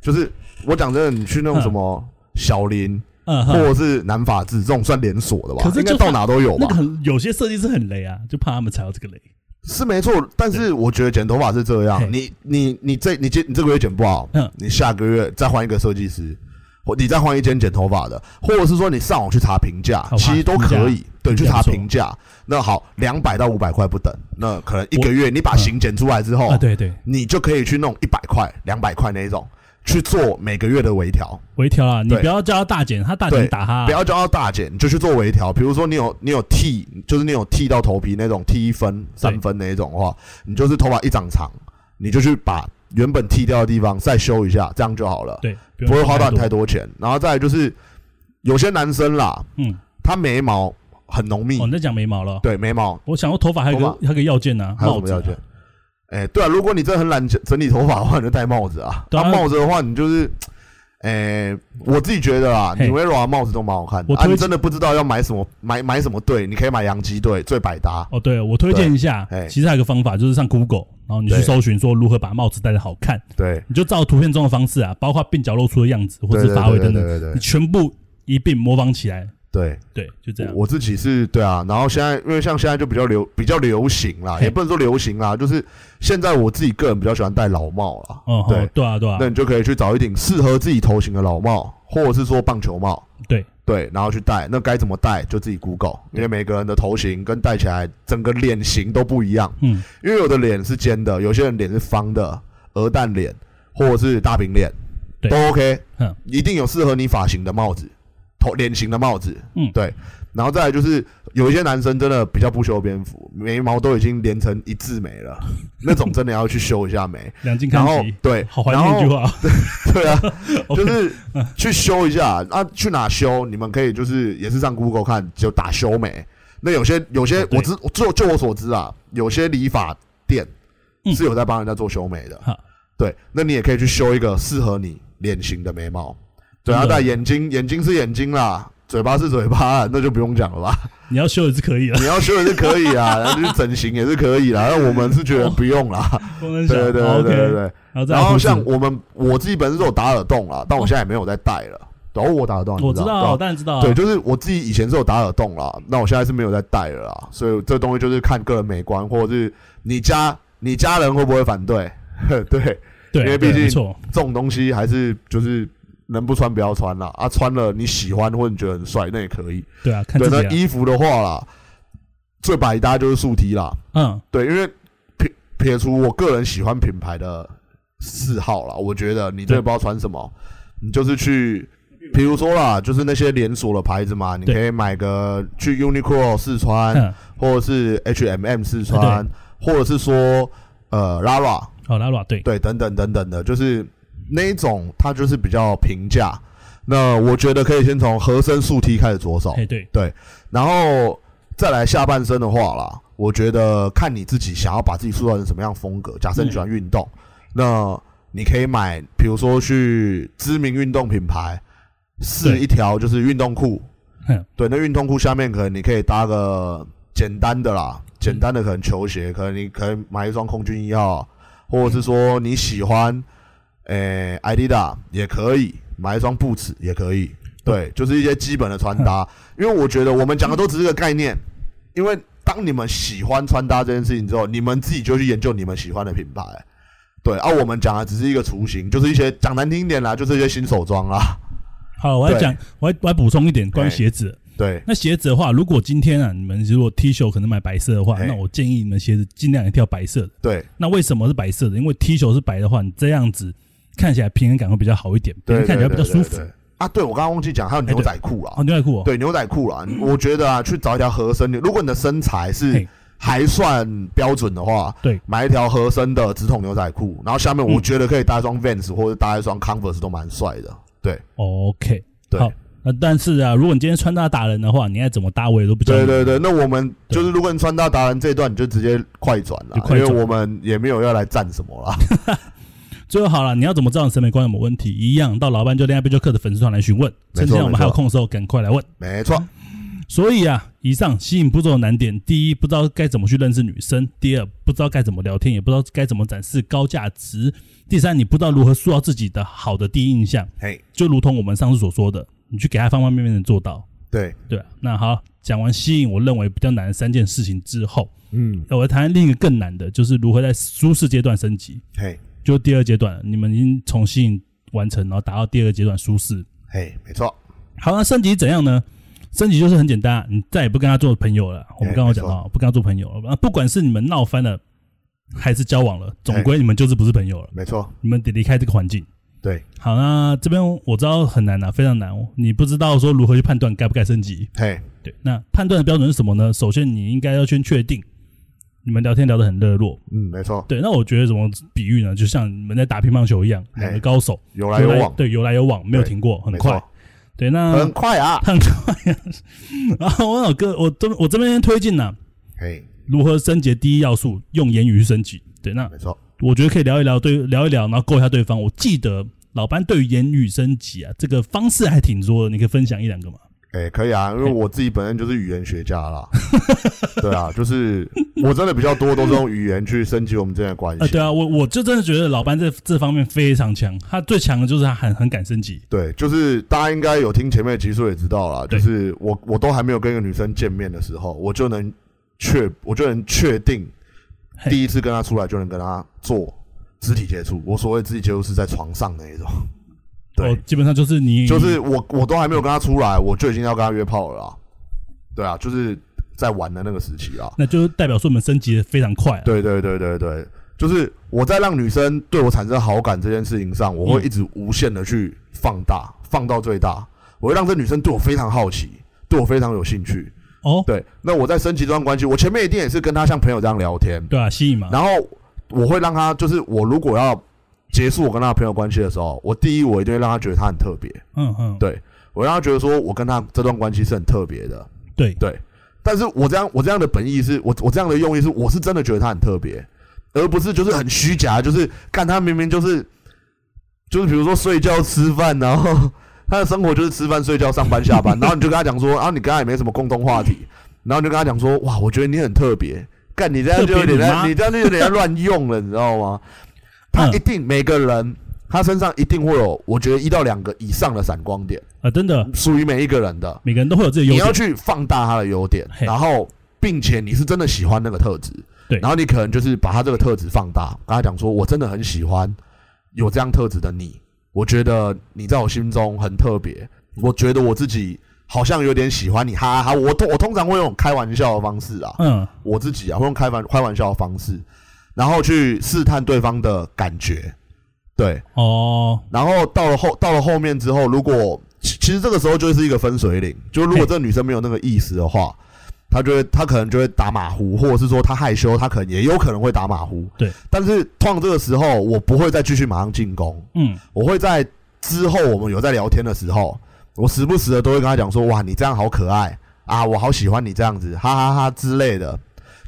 Speaker 2: 就是我讲真的，你去那种什么小林、
Speaker 1: 嗯
Speaker 2: 或
Speaker 1: 哼，
Speaker 2: 者是南法制这种算连锁的吧，
Speaker 1: 可是
Speaker 2: 应该
Speaker 1: 就
Speaker 2: 到
Speaker 1: 他
Speaker 2: 哪都有吧？
Speaker 1: 那个很有些设计师很雷啊，就怕他们踩到这个雷。
Speaker 2: 是没错，但是我觉得剪头发是这样
Speaker 1: 嘿，
Speaker 2: 你你你这你这你这个月剪不好，
Speaker 1: 嗯
Speaker 2: 你下个月再换一个设计师，或你再换一间剪头发的，或者是说你上网去查评价
Speaker 1: 好，吧
Speaker 2: 其实都可
Speaker 1: 评
Speaker 2: 以，对，去
Speaker 1: 评价
Speaker 2: 查
Speaker 1: 不错
Speaker 2: 评价。那好，两百到五百块不等，那可能一
Speaker 1: 我
Speaker 2: 个月你把
Speaker 1: 嗯
Speaker 2: 型剪出来之后
Speaker 1: 啊，，对对，
Speaker 2: 你就可以去弄一百块、两百块那一种，去做每个月的微调。
Speaker 1: 微调啊，你
Speaker 2: 对
Speaker 1: 不要叫他大减，他大减
Speaker 2: 对
Speaker 1: 打他啊
Speaker 2: 不，要叫到大剪，你就去做微调。比如说你有你有剃，就是你有剃到头皮那种，剃一分、三分那一种的话，你就是头发一长长，你就去把原本剃掉的地方再修一下，这样就好了，
Speaker 1: 对，不
Speaker 2: 不会花到你
Speaker 1: 太
Speaker 2: 太。多钱。然后再来就是有些男生啦，
Speaker 1: 嗯，
Speaker 2: 他眉毛很浓密，
Speaker 1: 哦，你在讲眉毛了。
Speaker 2: 嗯对眉毛
Speaker 1: 我想说头发还有个
Speaker 2: 头发
Speaker 1: 还有个要件呢，
Speaker 2: 还有
Speaker 1: 帽
Speaker 2: 什么
Speaker 1: 子啊
Speaker 2: 要件？哎、对啊，如果你真的很懒整整理头发的话，你就戴帽子啊。
Speaker 1: 对
Speaker 2: 那、
Speaker 1: 啊
Speaker 2: 帽子的话，你就是。哎、我自己觉得啊，
Speaker 1: 嘿
Speaker 2: 纽维罗的帽子都蛮好看的。
Speaker 1: 我
Speaker 2: 啊，
Speaker 1: 推
Speaker 2: 你
Speaker 1: 荐
Speaker 2: 真的不知道要买什么，买买什么队，你可以买洋基队最百搭。
Speaker 1: 哦，对，我推荐一下
Speaker 2: 对，哎
Speaker 1: 其实还有个方法，就是上 Google，然后你去
Speaker 2: 对
Speaker 1: 搜寻说如何把帽子戴得好看，
Speaker 2: 对，
Speaker 1: 你就照图片中的方式啊，包括鬓角露出的样子，或
Speaker 2: 对
Speaker 1: 是
Speaker 2: 对
Speaker 1: 发尾
Speaker 2: 对
Speaker 1: 等
Speaker 2: 对
Speaker 1: 等，
Speaker 2: 对对
Speaker 1: 你全部一并模仿起来。
Speaker 2: 对
Speaker 1: 对，就这
Speaker 2: 对，
Speaker 1: 样。
Speaker 2: 我自己是对啊。然后现在，因为像现在就比较流比较流行啦，
Speaker 1: 嘿
Speaker 2: 也不能说流行啦，就是现在我自己个人比较喜欢戴老帽啦。
Speaker 1: 哦，好
Speaker 2: 对，
Speaker 1: 对啊，对啊
Speaker 2: 那，你就可以去找一顶适合自己头型的老帽，或者是说棒球帽。
Speaker 1: 对，
Speaker 2: 对，然后去戴，那该怎么戴就自己 Google，因为每个人的头型跟戴起来整个脸型都不一样，
Speaker 1: 嗯，
Speaker 2: 因为有的脸是尖的，有些人脸是方的，鹅蛋脸或者是大饼脸，
Speaker 1: 对
Speaker 2: 都 OK，
Speaker 1: 嗯
Speaker 2: 一定有适合你发型的帽子，头脸型的帽子，
Speaker 1: 嗯
Speaker 2: 对，然后再来就是有一些男生真的比较不修边幅，眉毛都已经连成一字眉 了，那种真的要去修一下眉，
Speaker 1: 两镜看
Speaker 2: 然后
Speaker 1: 齐，
Speaker 2: 对，
Speaker 1: 好怀
Speaker 2: 然
Speaker 1: 念
Speaker 2: 后
Speaker 1: 一句话。
Speaker 2: 对啊，就
Speaker 1: OK，
Speaker 2: 是去修一下啊，去哪修？你们可以就是也是上 Google 看，就打修眉。那有些有些
Speaker 1: 哦对
Speaker 2: 我知，就就我所知啊，有些理发店
Speaker 1: 嗯
Speaker 2: 是有在帮人家做修眉的。
Speaker 1: 好
Speaker 2: 对，那你也可以去修一个适合你脸型的眉毛。 对啊，
Speaker 1: 真的
Speaker 2: 但眼睛眼睛是眼睛啦，嘴巴是嘴巴啊，那就不用讲了吧。
Speaker 1: 你要修也是可以了。啊
Speaker 2: 你要修也是可以啊，然后去整形也是可以啦。那我们是觉
Speaker 1: 哦
Speaker 2: 得不用 啦。
Speaker 1: 功能小
Speaker 2: 对对对对
Speaker 1: 哦 OK，
Speaker 2: 对对。
Speaker 1: 然后再来
Speaker 2: 然后
Speaker 1: 胡子
Speaker 2: 像我们，我自己本身是有打耳洞啦，但我现在也没有在戴了。然后我打耳洞，你
Speaker 1: 我知道，我
Speaker 2: 对吧
Speaker 1: 当然知道啊。
Speaker 2: 对，就是我自己以前是有打耳洞啦，那我现在是没有在戴了啦。所以这东西就是看个人美观，或者是你家你家人会不会反对？ 对，
Speaker 1: 对，
Speaker 2: 因为
Speaker 1: 对
Speaker 2: 毕竟
Speaker 1: 没错，
Speaker 2: 这种东西还是就是能不穿不要穿啦。啊，穿了你喜欢或者你觉得很帅，那也可以。
Speaker 1: 对啊，看
Speaker 2: 对，
Speaker 1: 自
Speaker 2: 那
Speaker 1: 己
Speaker 2: 衣服的话啦，最百搭就是素 T 啦。
Speaker 1: 啊。嗯，
Speaker 2: 对，因为撇撇除我个人喜欢品牌的嗜好啦，我觉得你真的不知道穿什么，你就是去，比如说啦，就是那些连锁的牌子嘛，你
Speaker 1: 对
Speaker 2: 可以买个去 Uniqlo 试穿，
Speaker 1: 嗯，
Speaker 2: 或者是 H&M 试穿，或者是说呃 Lara
Speaker 1: 好，拉拉对，
Speaker 2: 对，等等等等的，就是那一种它就是比较平价。那我觉得可以先从合身素 T 开始着手，
Speaker 1: 哎对，
Speaker 2: 然后再来下半身的话啦，我觉得看你自己想要把自己塑造成什么样风格。假设你喜欢运动，那你可以买，比如说去知名运动品牌试
Speaker 1: 对
Speaker 2: 一条就是运动裤
Speaker 1: 嗯，
Speaker 2: 对，那运动裤下面可能你可以搭个简单的啦，简单的可能球鞋，可能你可以买一双空军一号，或者是说你喜欢，诶、a d i d a 也可以，买一双 Boots 也可以，对，就是一些基本的穿搭。因为我觉得我们讲的都只是个概念，因为当你们喜欢穿搭这件事情之后，你们自己就去研究你们喜欢的品牌。对，而、我们讲的只是一个雏形，就是一些讲难听一点啦，就是一些新手装啊啦。
Speaker 1: 好，我要
Speaker 2: 对
Speaker 1: 讲，我要我要补充一点关于
Speaker 2: 哎
Speaker 1: 鞋子。
Speaker 2: 对，
Speaker 1: 那鞋子的话，如果今天啊，你们如果 T 恤可能买白色的话，
Speaker 2: 哎
Speaker 1: 那我建议你们鞋子尽量一定要白色的。
Speaker 2: 对，
Speaker 1: 那为什么是白色的？因为 T 恤是白的话，你这样子看起来平衡感会比较好一点，别
Speaker 2: 对，
Speaker 1: 人看起来比
Speaker 2: 对
Speaker 1: 较舒。服
Speaker 2: 对对。对啊，对，我刚刚忘记讲，还有牛仔裤啦
Speaker 1: 哦，。牛仔裤哦，
Speaker 2: 对，牛仔裤啦，我觉得啊，去找一条合身的，如果你的身材是
Speaker 1: 嘿
Speaker 2: 还算标准的话，
Speaker 1: 对，
Speaker 2: 买一条合身的直筒牛仔裤，然后下面我
Speaker 1: 嗯
Speaker 2: 觉得可以搭一双 Vans 或者搭一双 Converse 都蛮帅的。对，
Speaker 1: ，OK，
Speaker 2: 对
Speaker 1: 好。那但是啊，如果你今天穿搭打人的话，你爱怎么搭我也都不教
Speaker 2: 对
Speaker 1: 你。
Speaker 2: 对对，那我们
Speaker 1: 嗯对
Speaker 2: 就是如果你穿搭达人这一段，你就直接快转了
Speaker 1: 就，快
Speaker 2: 因为
Speaker 1: 转
Speaker 2: 我们也没有要来站什么啦。
Speaker 1: 最后好了，你要怎么知道你审美观有没有问题？一样到老班就恋爱必修课的粉丝团来询问，
Speaker 2: 没错
Speaker 1: 趁现在我们
Speaker 2: 没错
Speaker 1: 还有空的时候，赶快来问。
Speaker 2: 没错，
Speaker 1: 所以啊，以上吸引步骤的难点：第一，不知道该怎么去认识女生；第二，不知道该怎么聊天，也不知道该怎么展示高价值；第三，你不知道如何塑造自己的好的第一印象。
Speaker 2: 嘿，
Speaker 1: 就如同我们上次所说的，你去给他方方面面的做到。
Speaker 2: 对，
Speaker 1: 对啊，那好，讲完吸引我认为比较难的三件事情之后，呃
Speaker 2: 嗯，
Speaker 1: 我来谈另一个更难的，就是如何在舒适阶段升级。
Speaker 2: 嘿，
Speaker 1: 就第二阶段，你们已经从吸引完成，然后达到第二个阶段舒适。
Speaker 2: 嘿，没错，
Speaker 1: 好，那升级怎样呢？升级就是很简单啊，你再也不跟他做朋友了。我们
Speaker 2: 哎
Speaker 1: 刚刚
Speaker 2: 没
Speaker 1: 讲到，不跟他做朋友了。那不管是你们闹翻了，还是交往了，总
Speaker 2: 哎
Speaker 1: 归你们就是不是朋友了，
Speaker 2: 没错，
Speaker 1: 你们得离开这个环境。
Speaker 2: 对，
Speaker 1: 好，那这边我知道很难啊，非常难哦。你不知道说如何去判断该不该升级。
Speaker 2: 嘿，
Speaker 1: 对，那判断的标准是什么呢？首先，你应该要先确定你们聊天聊得很热络。
Speaker 2: 嗯，没错，
Speaker 1: 对，那我觉得怎么比喻呢？就像你们在打乒乓球一样，
Speaker 2: 哎
Speaker 1: 两个高手
Speaker 2: 有来有往，
Speaker 1: 对，有来有往，没有
Speaker 2: 对
Speaker 1: 停过，很
Speaker 2: 没错
Speaker 1: 快。对，那
Speaker 2: 很快啊，
Speaker 1: 很快。 然后我老哥，我这我这边推荐呢、
Speaker 2: 嘿，
Speaker 1: 如何升级的第一要素，用言语去升级。对，那
Speaker 2: 没错，
Speaker 1: 我觉得可以聊一聊对聊一聊，然后勾一下对方。我记得老班对于言语升级啊这个方式还挺多的，你可以分享一两个嘛？
Speaker 2: 哎，可以啊，因为我自己本身就是语言学家啦， 对啊，就是我真的比较多都是用语言去升级我们之间的关
Speaker 1: 啊，
Speaker 2: 系，
Speaker 1: 对啊，我我就真的觉得老班这这方面非常强，他最强的就是他很很敢升级。
Speaker 2: 对，就是大家应该有听前面的集数也知道啦，
Speaker 1: 对
Speaker 2: 就是我我都还没有跟一个女生见面的时候，我就能确我就能确定
Speaker 1: 嘿
Speaker 2: 第一次跟她出来就能跟她做肢体接触。我所谓肢体接触是在床上那一种，对，
Speaker 1: 哦，基本上就是你
Speaker 2: 就是我我都还没有跟她出来，我就已经要跟她约炮了啦。对啊，就是在玩的那个时期啦。啊
Speaker 1: 那就代表说我们升级的非常快、啊。
Speaker 2: 对对对对对，就是我在让女生对我产生好感这件事情上，我会
Speaker 1: 嗯
Speaker 2: 一直无限的去放大，放到最大，我会让这女生对我非常好奇，对我非常有兴趣。
Speaker 1: 哦，
Speaker 2: 对，那我在升级这段关系，我前面一定也是跟她像朋友这样聊天，
Speaker 1: 对啊，吸引嘛。
Speaker 2: 然后我会让她，就是我如果要结束我跟她的朋友关系的时候，我第一我一定会让她觉得她很特别，
Speaker 1: 嗯嗯，
Speaker 2: 对我让她觉得说我跟她这段关系是很特别的。
Speaker 1: 对
Speaker 2: 对，但是我这样我这样的本意是我我这样的用意是我是真的觉得他很特别，而不是就是很虚假，就是看他明明就是就是比如说睡觉吃饭，然后他的生活就是吃饭睡觉上班下班，然后你就跟他讲说，啊你跟他也没什么共同话题，然后你就跟他讲说，哇我觉得你很特别，干你这样就有
Speaker 1: 特别你
Speaker 2: 点在
Speaker 1: 妈
Speaker 2: 你这样就有点在乱用了，你知道吗？他
Speaker 1: 嗯
Speaker 2: 一定每个人。他身上一定会有，我觉得一到两个以上的闪光点，
Speaker 1: 啊，真的，
Speaker 2: 属于每一个人的。
Speaker 1: 每个人都会有自己的
Speaker 2: 你
Speaker 1: 优
Speaker 2: 要
Speaker 1: 点。
Speaker 2: 去放大他的优点，
Speaker 1: 嘿
Speaker 2: 然后并且你是真的喜欢那个特质，
Speaker 1: 对
Speaker 2: 然后你可能就是把他这个特质放大，跟他讲说，我真的很喜欢有这样特质的你，我觉得你在我心中很特别，我觉得我自己好像有点喜欢你，哈哈哈，我通我通常会用开玩笑的方式啊，
Speaker 1: 嗯，
Speaker 2: 我自己啊会用开玩开玩笑的方式，然后去试探对方的感觉，对，
Speaker 1: 哦，
Speaker 2: 然后到了后到了后面之后，如果其其实这个时候就是一个分水岭，就如果
Speaker 1: 嘿
Speaker 2: 这个女生没有那个意思的话，她就会她可能就会打马虎，或者是说她害羞，她可能也有可能会打马虎。
Speaker 1: 对，
Speaker 2: 但是通常这个时候我不会再继续马上进攻，
Speaker 1: 嗯，
Speaker 2: 我会在之后我们有在聊天的时候，我时不时的都会跟她讲说，哇，你这样好可爱啊，我好喜欢你这样子，哈哈哈之类的，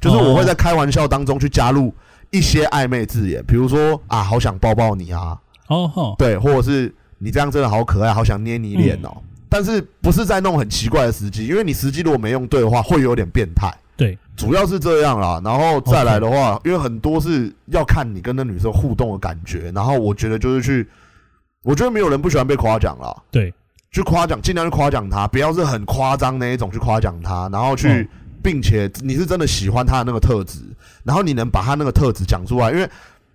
Speaker 2: 就是我会在开玩笑当中去加入一些暧昧字眼，比如说啊，好想抱抱你啊。
Speaker 1: 哦吼，
Speaker 2: 对，或者是你这样真的好可爱，好想捏你脸哦。但是不是在弄很奇怪的时机，因为你时机如果没用对的话，会有点变态。
Speaker 1: 对，
Speaker 2: 主要是这样啦，然后再来的话因为很多是要看你跟那女生互动的感觉。然后我觉得就是去，我觉得没有人不喜欢被夸奖啦，
Speaker 1: 对，
Speaker 2: 去夸奖，尽量去夸奖她，不要是很夸张那一种去夸奖她，然后去，
Speaker 1: 嗯
Speaker 2: 并且你是真的喜欢她的那个特质，然后你能把她那个特质讲出来，因为。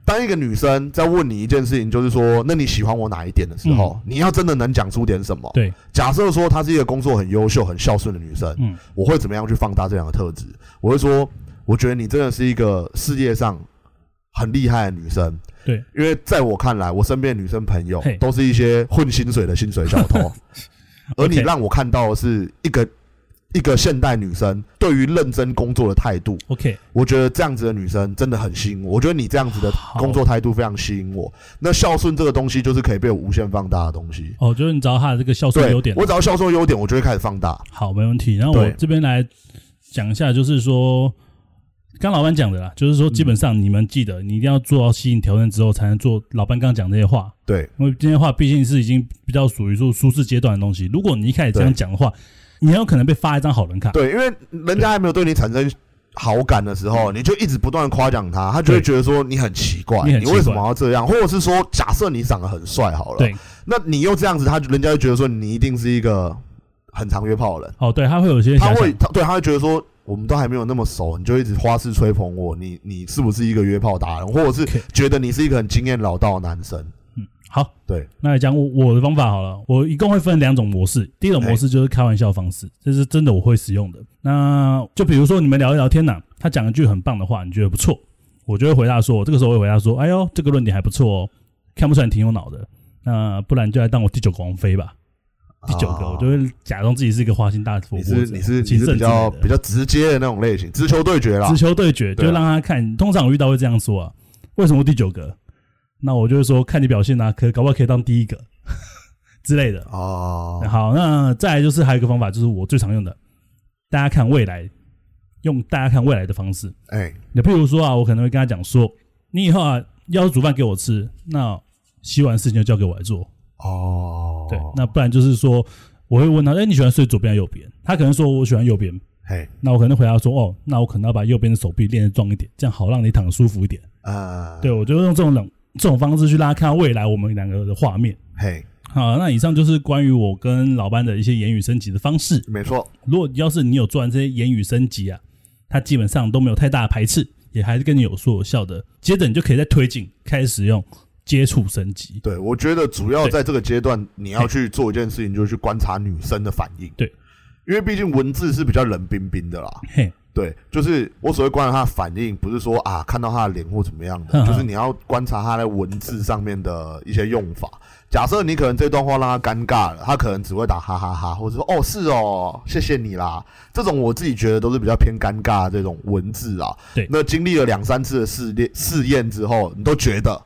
Speaker 2: 当一个女生在问你一件事情，就是说，那你喜欢我哪一点的时候，
Speaker 1: 嗯
Speaker 2: 你要真的能讲出点什么。
Speaker 1: 对，
Speaker 2: 假设说她是一个工作很优秀、很孝顺的女生，
Speaker 1: 嗯，
Speaker 2: 我会怎么样去放大这两个特质？我会说，我觉得你真的是一个世界上很厉害的女生。
Speaker 1: 对，
Speaker 2: 因为在我看来，我身边的女生朋友
Speaker 1: 嘿
Speaker 2: 都是一些混薪水的薪水 小偷，而你
Speaker 1: OK
Speaker 2: 让我看到的是一个一个现代女生对于认真工作的态度。
Speaker 1: OK，
Speaker 2: 我觉得这样子的女生真的很吸引我。我觉得你这样子的
Speaker 1: 好
Speaker 2: 工作态度非常吸引我。那孝顺这个东西就是可以被我无限放大的东西。
Speaker 1: 哦，就是你找到他的这个孝顺
Speaker 2: 对
Speaker 1: 优点，
Speaker 2: 我只要孝顺优点，我就会开始放大。
Speaker 1: 好，没问题。然后我
Speaker 2: 对
Speaker 1: 这边来讲一下，就是说刚老板讲的啦，就是说基本上你们记得，你一定要做到吸引条件之后，才能做老板刚刚讲那些话。
Speaker 2: 对
Speaker 1: 因为这些话毕竟是已经比较属于说舒适阶段的东西。如果你一开始这样讲的话，你很有可能被发一张好人卡。
Speaker 2: 对，因为人家还没有对你产生好感的时候，你就一直不断夸奖他，他就会
Speaker 1: 对
Speaker 2: 觉得说你很奇怪，
Speaker 1: 嗯你很奇怪
Speaker 2: 为什么要这样？或者是说，假设你长得很帅好了，
Speaker 1: 对，
Speaker 2: 那你又这样子，他人家就觉得说你一定是一个很常约炮的人，
Speaker 1: 哦，对，他会有一些
Speaker 2: 他
Speaker 1: 遐
Speaker 2: 会
Speaker 1: 想，
Speaker 2: 他对他会觉得说。我们都还没有那么熟，你就一直花式吹捧我，你你是不是一个约炮达人，或者是
Speaker 1: 可以
Speaker 2: 觉得你是一个很经验老道的男生？
Speaker 1: 好，
Speaker 2: 对，
Speaker 1: 那来讲我我的方法好了，我一共会分两种模式。第一
Speaker 2: 哎
Speaker 1: 种模式就是开玩笑方式，这是真的我会使用的。那就比如说你们聊一聊天呐、他讲一句很棒的话，你觉得不错，我就会回答说，我这个时候会回答说，哎呦，这个论点还不错哦，看不出来你挺有脑的。那不然就来当我第九个王妃吧。第九个，我
Speaker 2: 啊
Speaker 1: 就会假装自己是一个花心大萝卜
Speaker 2: 你
Speaker 1: 者。
Speaker 2: 是你是你
Speaker 1: 谨
Speaker 2: 是
Speaker 1: 慎
Speaker 2: 比较
Speaker 1: 之类的
Speaker 2: 比较直接的那种类型，直球对决啦
Speaker 1: 直。球对决，就
Speaker 2: 对啊
Speaker 1: 让他看。通常我遇到会这样说啊，为什么第九个？那我就会说看你表现啊，可搞不好可以当第一个 之类的。
Speaker 2: 哦，
Speaker 1: 好，那再来就是还有一个方法，就是我最常用的，大家看未来，用大家看未来的方式。
Speaker 2: 哎，
Speaker 1: 那譬如说啊，我可能会跟他讲说，你以后啊要是煮饭给我吃，那洗碗事情就交给我来做。
Speaker 2: 哦，
Speaker 1: 对，那不然就是说，我会问他，哎、你喜欢睡左边还是右边？他可能说我喜欢右边，
Speaker 2: 嘿，
Speaker 1: 那我可能回答说，哦，那我可能要把右边的手臂练得壮一点，这样好让你躺得舒服一点。
Speaker 2: 呃，
Speaker 1: 对，我就用这种冷这种方式去拉开未来我们两个的画面。
Speaker 2: 嘿，
Speaker 1: 好，那以上就是关于我跟老班的一些言语升级的方式。
Speaker 2: 没错，
Speaker 1: 如果要是你有做完这些言语升级啊，他基本上都没有太大的排斥，也还是跟你有说有笑的。接着你就可以再推进，开始使用接触升级。
Speaker 2: 对我觉得主要
Speaker 1: 对
Speaker 2: 在这个阶段，你要去做一件事情，就是去观察女生的反应。
Speaker 1: 对，
Speaker 2: 因为毕竟文字是比较冷冰冰的啦。
Speaker 1: 嘿，
Speaker 2: 对，就是我所谓观察她的反应，不是说啊看到她的脸或怎么样
Speaker 1: 哼
Speaker 2: 的，
Speaker 1: 嗯哼
Speaker 2: 就是你要观察她在文字上面的一些用法。假设你可能这段话让她尴尬了，她可能只会打哈哈哈或者说哦是哦，谢谢你啦。这种我自己觉得都是比较偏尴尬的这种文字啊。
Speaker 1: 对
Speaker 2: 那经历了两三次的试验试验之后，你都觉得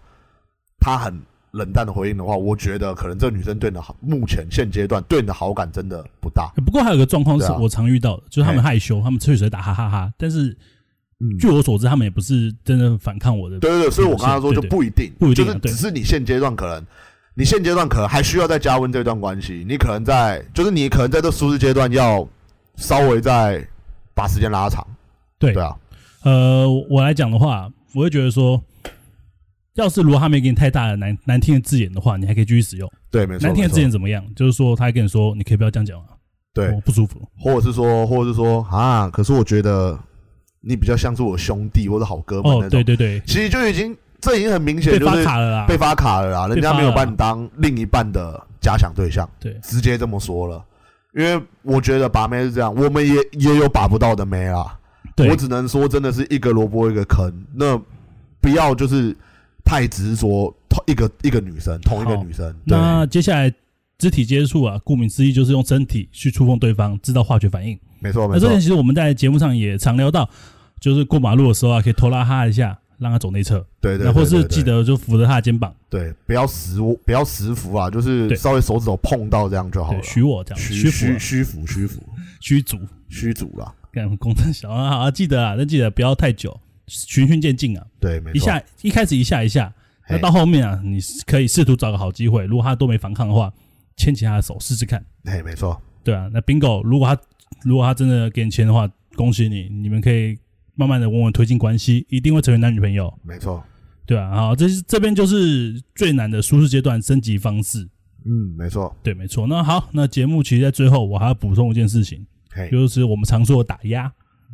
Speaker 2: 她很冷淡的回应的话，我觉得可能这女生对你的好，目前现阶段对你的好感真的不大。
Speaker 1: 不过还有个状况是
Speaker 2: 对啊
Speaker 1: 我常遇到的，就是他们害羞，他们确实打哈哈哈，但是
Speaker 2: 嗯
Speaker 1: 据我所知，他们也不是真的反抗我的。
Speaker 2: 对对啊对，所以我刚刚说
Speaker 1: 对
Speaker 2: 就
Speaker 1: 对
Speaker 2: 不一定，
Speaker 1: 不一定啊
Speaker 2: 就是
Speaker 1: 对
Speaker 2: 只是你现阶段可能，你现阶段可能还需要再加温这段关系，你可能在就是你可能在这舒适阶段要稍微再把时间拉长，
Speaker 1: 对
Speaker 2: 对啊，
Speaker 1: 呃，我来讲的话，我会觉得说，要是如果他没给你太大的难难听的字眼的话，你还可以继续使用。
Speaker 2: 对，没错，
Speaker 1: 难听的
Speaker 2: 没错
Speaker 1: 字眼怎么样？就是说，他还跟你说，你可以不要这样讲啊，
Speaker 2: 对
Speaker 1: 我，不舒服。
Speaker 2: 或者是说，或者是说啊，可是我觉得你比较像是我兄弟或者好哥们那
Speaker 1: 哦，
Speaker 2: 种，
Speaker 1: 对对对，
Speaker 2: 其实就已经这已经很明显
Speaker 1: 被
Speaker 2: 就
Speaker 1: 发
Speaker 2: 是
Speaker 1: 卡了啊啦，
Speaker 2: 被发卡了啦，人家没有
Speaker 1: 被发
Speaker 2: 把
Speaker 1: 了
Speaker 2: 你当另一半的假想对象。
Speaker 1: 对
Speaker 2: 直接这么说了，因为我觉得把妹是这样，我们也也有把不到的妹啦。
Speaker 1: 对
Speaker 2: 我只能说，真的是一个萝卜一个坑。那不要就是太执着同一个一个女生，同一个
Speaker 1: 好
Speaker 2: 女生。对，
Speaker 1: 那接下来肢体接触啊，顾名思义就是用身体去触碰对方，制造化学反应。
Speaker 2: 没错
Speaker 1: 那
Speaker 2: 没
Speaker 1: 这
Speaker 2: 错
Speaker 1: 点。其实我们在节目上也常聊到，就是过马路的时候啊，可以拖拉他一下，让他走内侧，
Speaker 2: 对对对，
Speaker 1: 那或是
Speaker 2: 对
Speaker 1: 记得就扶着他的肩膀，
Speaker 2: 对，不要实不要实服啊，就是
Speaker 1: 对
Speaker 2: 稍微手指头碰到这样就好
Speaker 1: 对，
Speaker 2: 了。
Speaker 1: 虚我这样，
Speaker 2: 虚
Speaker 1: 虚服
Speaker 2: 虚
Speaker 1: 啊
Speaker 2: 虚服虚服
Speaker 1: 虚足。
Speaker 2: 虚足啦，
Speaker 1: 干工程小啊，好 啊，记得啊，但记得不要太久，循序渐进啊，
Speaker 2: 对，没错。
Speaker 1: 一下一开始一下一下，
Speaker 2: 嘿
Speaker 1: 那到后面啊，你可以试图找个好机会，如果他都没反抗的话，牵起他的手试试看，
Speaker 2: 嘿，没错。
Speaker 1: 对啊，那 bingo，如果他如果他真的给你钱的话，恭喜你，你们可以慢慢的稳稳推进关系，一定会成为男女朋友，
Speaker 2: 没错，
Speaker 1: 对啊，好，这是这边就是最难的舒适阶段升级方式，
Speaker 2: 嗯，没错，
Speaker 1: 对，没错。那好，那节目其实在最后我还要补充一件事情，
Speaker 2: 嘿，
Speaker 1: 就是我们常说的打压，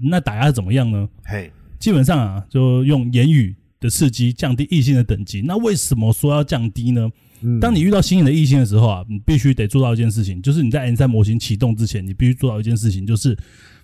Speaker 1: 那打压是怎么样呢？
Speaker 2: 嘿，
Speaker 1: 基本上啊，就用言语的刺激降低异性的等级。那为什么说要降低呢？
Speaker 2: 嗯
Speaker 1: 当你遇到新颖的异性的时候啊，你必须得做到一件事情，就是你在 N 三模型启动之前，你必须做到一件事情，就是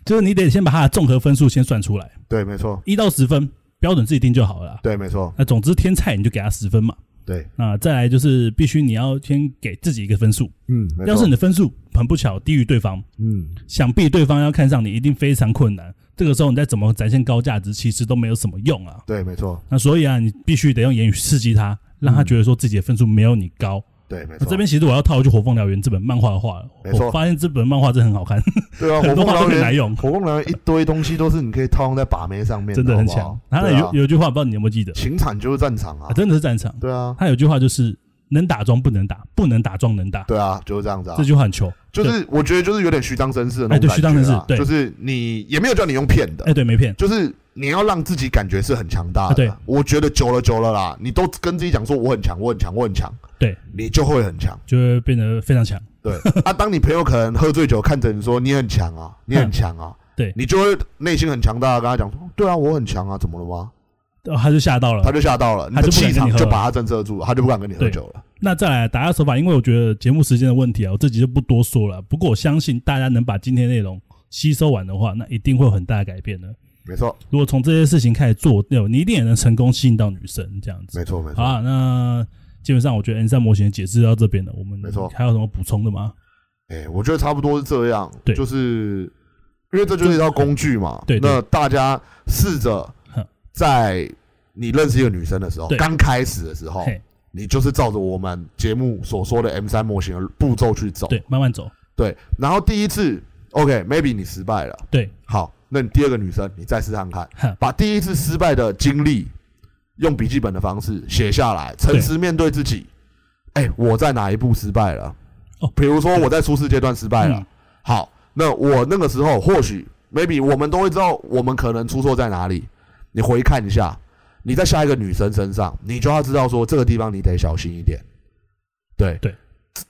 Speaker 1: 就是你得先把它的综合分数先算出来，
Speaker 2: 对，没错，
Speaker 1: 一到十分标准自己定就好了啊。
Speaker 2: 对，没错，
Speaker 1: 那总之天菜你就给他十分嘛。
Speaker 2: 对，
Speaker 1: 那再来就是必须你要先给自己一个分数，
Speaker 2: 嗯，没错
Speaker 1: 要是你的分数很不巧低于对方，
Speaker 2: 嗯，
Speaker 1: 想必对方要看上你一定非常困难。这个时候你再怎么展现高价值，其实都没有什么用啊。
Speaker 2: 对，没错，
Speaker 1: 那所以啊，你必须得用言语刺激他，让他觉得说自己的分数没有你高，
Speaker 2: 对，嗯没
Speaker 1: 那
Speaker 2: 错。
Speaker 1: 这边其实我要套一句《火凤燎原》这本漫画的话了，
Speaker 2: 没错
Speaker 1: 我发现这本漫画真的很好看，
Speaker 2: 对啊，火
Speaker 1: 很多
Speaker 2: 凤
Speaker 1: 话都
Speaker 2: 燎
Speaker 1: 很难
Speaker 2: 原，
Speaker 1: 用，
Speaker 2: 火凤燎原一堆东西都是你可以套用在把妹上 面，
Speaker 1: 真的
Speaker 2: 好
Speaker 1: 很
Speaker 2: 不好
Speaker 1: 强。他那
Speaker 2: 对啊
Speaker 1: 有有一句话，不知道你有没有记得，
Speaker 2: 情场就是战场啊
Speaker 1: 啊，真的是战场。
Speaker 2: 对啊，
Speaker 1: 他有句话就是能打桩不能打，不能打桩能打，
Speaker 2: 对啊，就是这样子啊
Speaker 1: 这。句话很球。
Speaker 2: 就是我觉得就是有点虚张声势的那
Speaker 1: 哎对
Speaker 2: 种感觉
Speaker 1: 虚张
Speaker 2: 啊
Speaker 1: 声势对
Speaker 2: 就是你也没有叫你用骗的
Speaker 1: 哎，，对，没骗，
Speaker 2: 就是你要让自己感觉是很强大的。
Speaker 1: 啊对，
Speaker 2: 我觉得久了久了啦，你都跟自己讲说我很强，我很强，我很强，
Speaker 1: 对，
Speaker 2: 你就会很强。
Speaker 1: 就会变得非常强。
Speaker 2: 对啊，当你朋友可能喝醉酒看着你说你很强啊，你很强啊，
Speaker 1: 嗯 对
Speaker 2: 你就会内心很强大的跟他讲说，对啊，我很强啊，怎么了吗？
Speaker 1: 哦他就吓到了
Speaker 2: 他。就吓到了，你
Speaker 1: 他
Speaker 2: 的
Speaker 1: 就不敢
Speaker 2: 气
Speaker 1: 跟你
Speaker 2: 场
Speaker 1: 喝
Speaker 2: 就
Speaker 1: 了
Speaker 2: 把他震慑住了，他就不敢跟你喝
Speaker 1: 对
Speaker 2: 酒了。
Speaker 1: 那再来打压手法，因为我觉得节目时间的问题啊，我这集就不多说了。不过我相信大家能把今天内容吸收完的话，那一定会有很大的改变的。
Speaker 2: 没错，
Speaker 1: 如果从这些事情开始做，你一定也能成功吸引到女生这样子。
Speaker 2: 没错，没
Speaker 1: 好
Speaker 2: 错。
Speaker 1: 啊，那基本上我觉得 N 三模型的解释到这边了。我们
Speaker 2: 没错
Speaker 1: 还有什么补充的吗？
Speaker 2: 哎、我觉得差不多是这样，
Speaker 1: 对
Speaker 2: 就是因为这就是一道工具嘛。
Speaker 1: 对对
Speaker 2: 那大家试着
Speaker 1: 哼
Speaker 2: 在你认识一个女生的时候，
Speaker 1: 对
Speaker 2: 刚开始的时候，
Speaker 1: 嘿，
Speaker 2: 你就是照着我们节目所说的 M 三模型的步骤去走。
Speaker 1: 对，慢慢走。
Speaker 2: 对，然后第一次 OK，maybe、你失败了，
Speaker 1: 对，
Speaker 2: 好，那你第二个女生你再试看看
Speaker 1: 哼，
Speaker 2: 把第一次失败的经历用笔记本的方式写下来，诚实面对自己。哎、我在哪一步失败了？
Speaker 1: 哦
Speaker 2: 比如说我在初试阶段失败了，
Speaker 1: 嗯
Speaker 2: 好，那我那个时候或许 maybe 我们都会知道我们可能出错在哪里。你回看一下，你在下一个女生身上，你就要知道说这个地方你得小心一点。对
Speaker 1: 对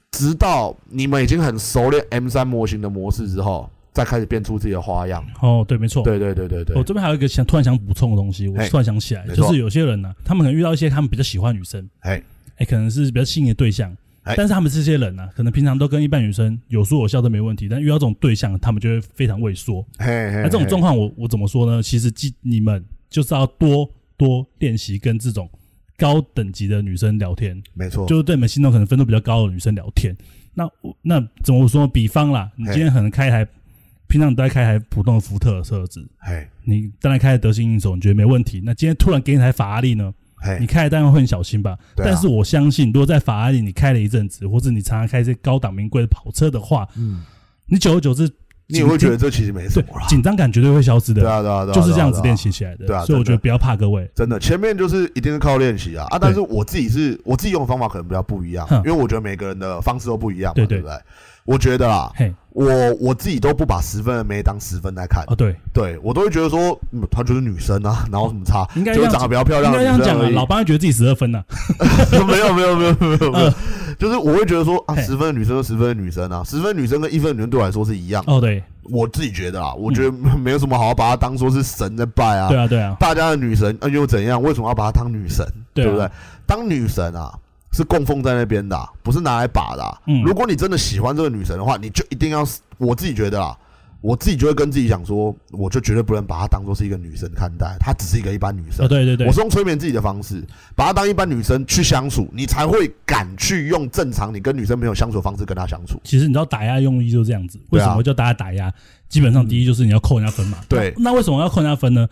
Speaker 2: 直，直到你们已经很熟练 M 三模型的模式之后，再开始变出自己的花样。
Speaker 1: 哦，对，没错。
Speaker 2: 对对对对对
Speaker 1: 我、，这边还有一个想突然想补充的东西，我
Speaker 2: 嘿
Speaker 1: 突然想起来，
Speaker 2: 没
Speaker 1: 就
Speaker 2: 错
Speaker 1: 是有些人呢、他们可能遇到一些他们比较喜欢的女生，
Speaker 2: 哎
Speaker 1: 哎，可能是比较吸引的对象，
Speaker 2: 哎
Speaker 1: 但是他们这些人呢、可能平常都跟一般女生有说有笑都没问题，但遇到这种对象，他们就会非常畏缩。
Speaker 2: 嘿嘿，
Speaker 1: 那、哎这种
Speaker 2: 嘿
Speaker 1: 状况我，我怎么说呢？其实记你们就是要多多练习跟这种高等级的女生聊天，
Speaker 2: 没错，
Speaker 1: 就是对你们心中可能分数比较高的女生聊天。那我那怎么说？比方啦，你
Speaker 2: 嘿
Speaker 1: 今天可能开一台，平常你都在开一台普通的福特的车子，
Speaker 2: 嘿
Speaker 1: 你当然开得得心应手，你觉得没问题。那今天突然给你台法拉利呢？
Speaker 2: 嘿
Speaker 1: 你，开的当然会很小心吧。
Speaker 2: 对啊
Speaker 1: 但是我相信，如果在法拉利你开了一阵子，或者你常常开一些高档名贵的跑车的话，
Speaker 2: 嗯，
Speaker 1: 你久而久之，
Speaker 2: 你也会觉
Speaker 1: 紧
Speaker 2: 得这其实没什
Speaker 1: 对
Speaker 2: 么啦。
Speaker 1: 紧张感绝对会消失的。
Speaker 2: 对啊对啊对啊，
Speaker 1: 就是这样
Speaker 2: 对
Speaker 1: 子
Speaker 2: 啊
Speaker 1: 练。习起来的。
Speaker 2: 对啊
Speaker 1: 所以我觉
Speaker 2: 真
Speaker 1: 得
Speaker 2: 的
Speaker 1: 不要怕各位。
Speaker 2: 真的，前面就是一定是靠练习啊啊！但是我自己是我自己用的方法可能比较不一样
Speaker 1: 哼，
Speaker 2: 因为我觉得每个人的方式都不一样嘛，
Speaker 1: 对对
Speaker 2: 对不对？我觉得啦，
Speaker 1: 嘿，
Speaker 2: 我我自己都不把十分的妹当十分来看，
Speaker 1: 哦对，
Speaker 2: 对我都会觉得说，嗯，她就是女生 啊，哪有什么差？
Speaker 1: 应该这
Speaker 2: 就
Speaker 1: 样
Speaker 2: 是长得比较漂
Speaker 1: 应
Speaker 2: 亮的
Speaker 1: 该这
Speaker 2: 女
Speaker 1: 样讲
Speaker 2: 生
Speaker 1: 啊
Speaker 2: 而，已。
Speaker 1: 老班会觉得自己十二分呐。 啊
Speaker 2: 没有没有没有没有没有没有
Speaker 1: 呃，
Speaker 2: 就是我会觉得说啊，
Speaker 1: 嘿
Speaker 2: 十分的女生就十分的女生啊，十分的女生跟一分的女生对我来说是一样的。
Speaker 1: 哦对，
Speaker 2: 我自己觉得啊，我觉得没有什么好把她当说是神在拜啊
Speaker 1: 对。啊对啊，
Speaker 2: 大家的女神呃又怎样？为什么要把她当女神？
Speaker 1: 对啊
Speaker 2: 不对？当女神啊，是供奉在那边的啊、不是拿来把的啊、
Speaker 1: 嗯
Speaker 2: 如果你真的喜欢这个女神的话，你就一定要，我自己觉得啊，我自己就会跟自己讲说，我就绝对不能把她当做是一个女神看待，她只是一个一般女生。
Speaker 1: 哦对对对
Speaker 2: 我，是用催眠自己的方式，把她当一般女生去相处，你才会敢去用正常你跟女生朋友相处的方式跟她相处。
Speaker 1: 其实你知道打压用意就是这样子。为
Speaker 2: 对啊嗯
Speaker 1: 什么叫大家打压？基本上第一就是你要扣人家分嘛。
Speaker 2: 对
Speaker 1: 那。那为什么要扣人家分呢？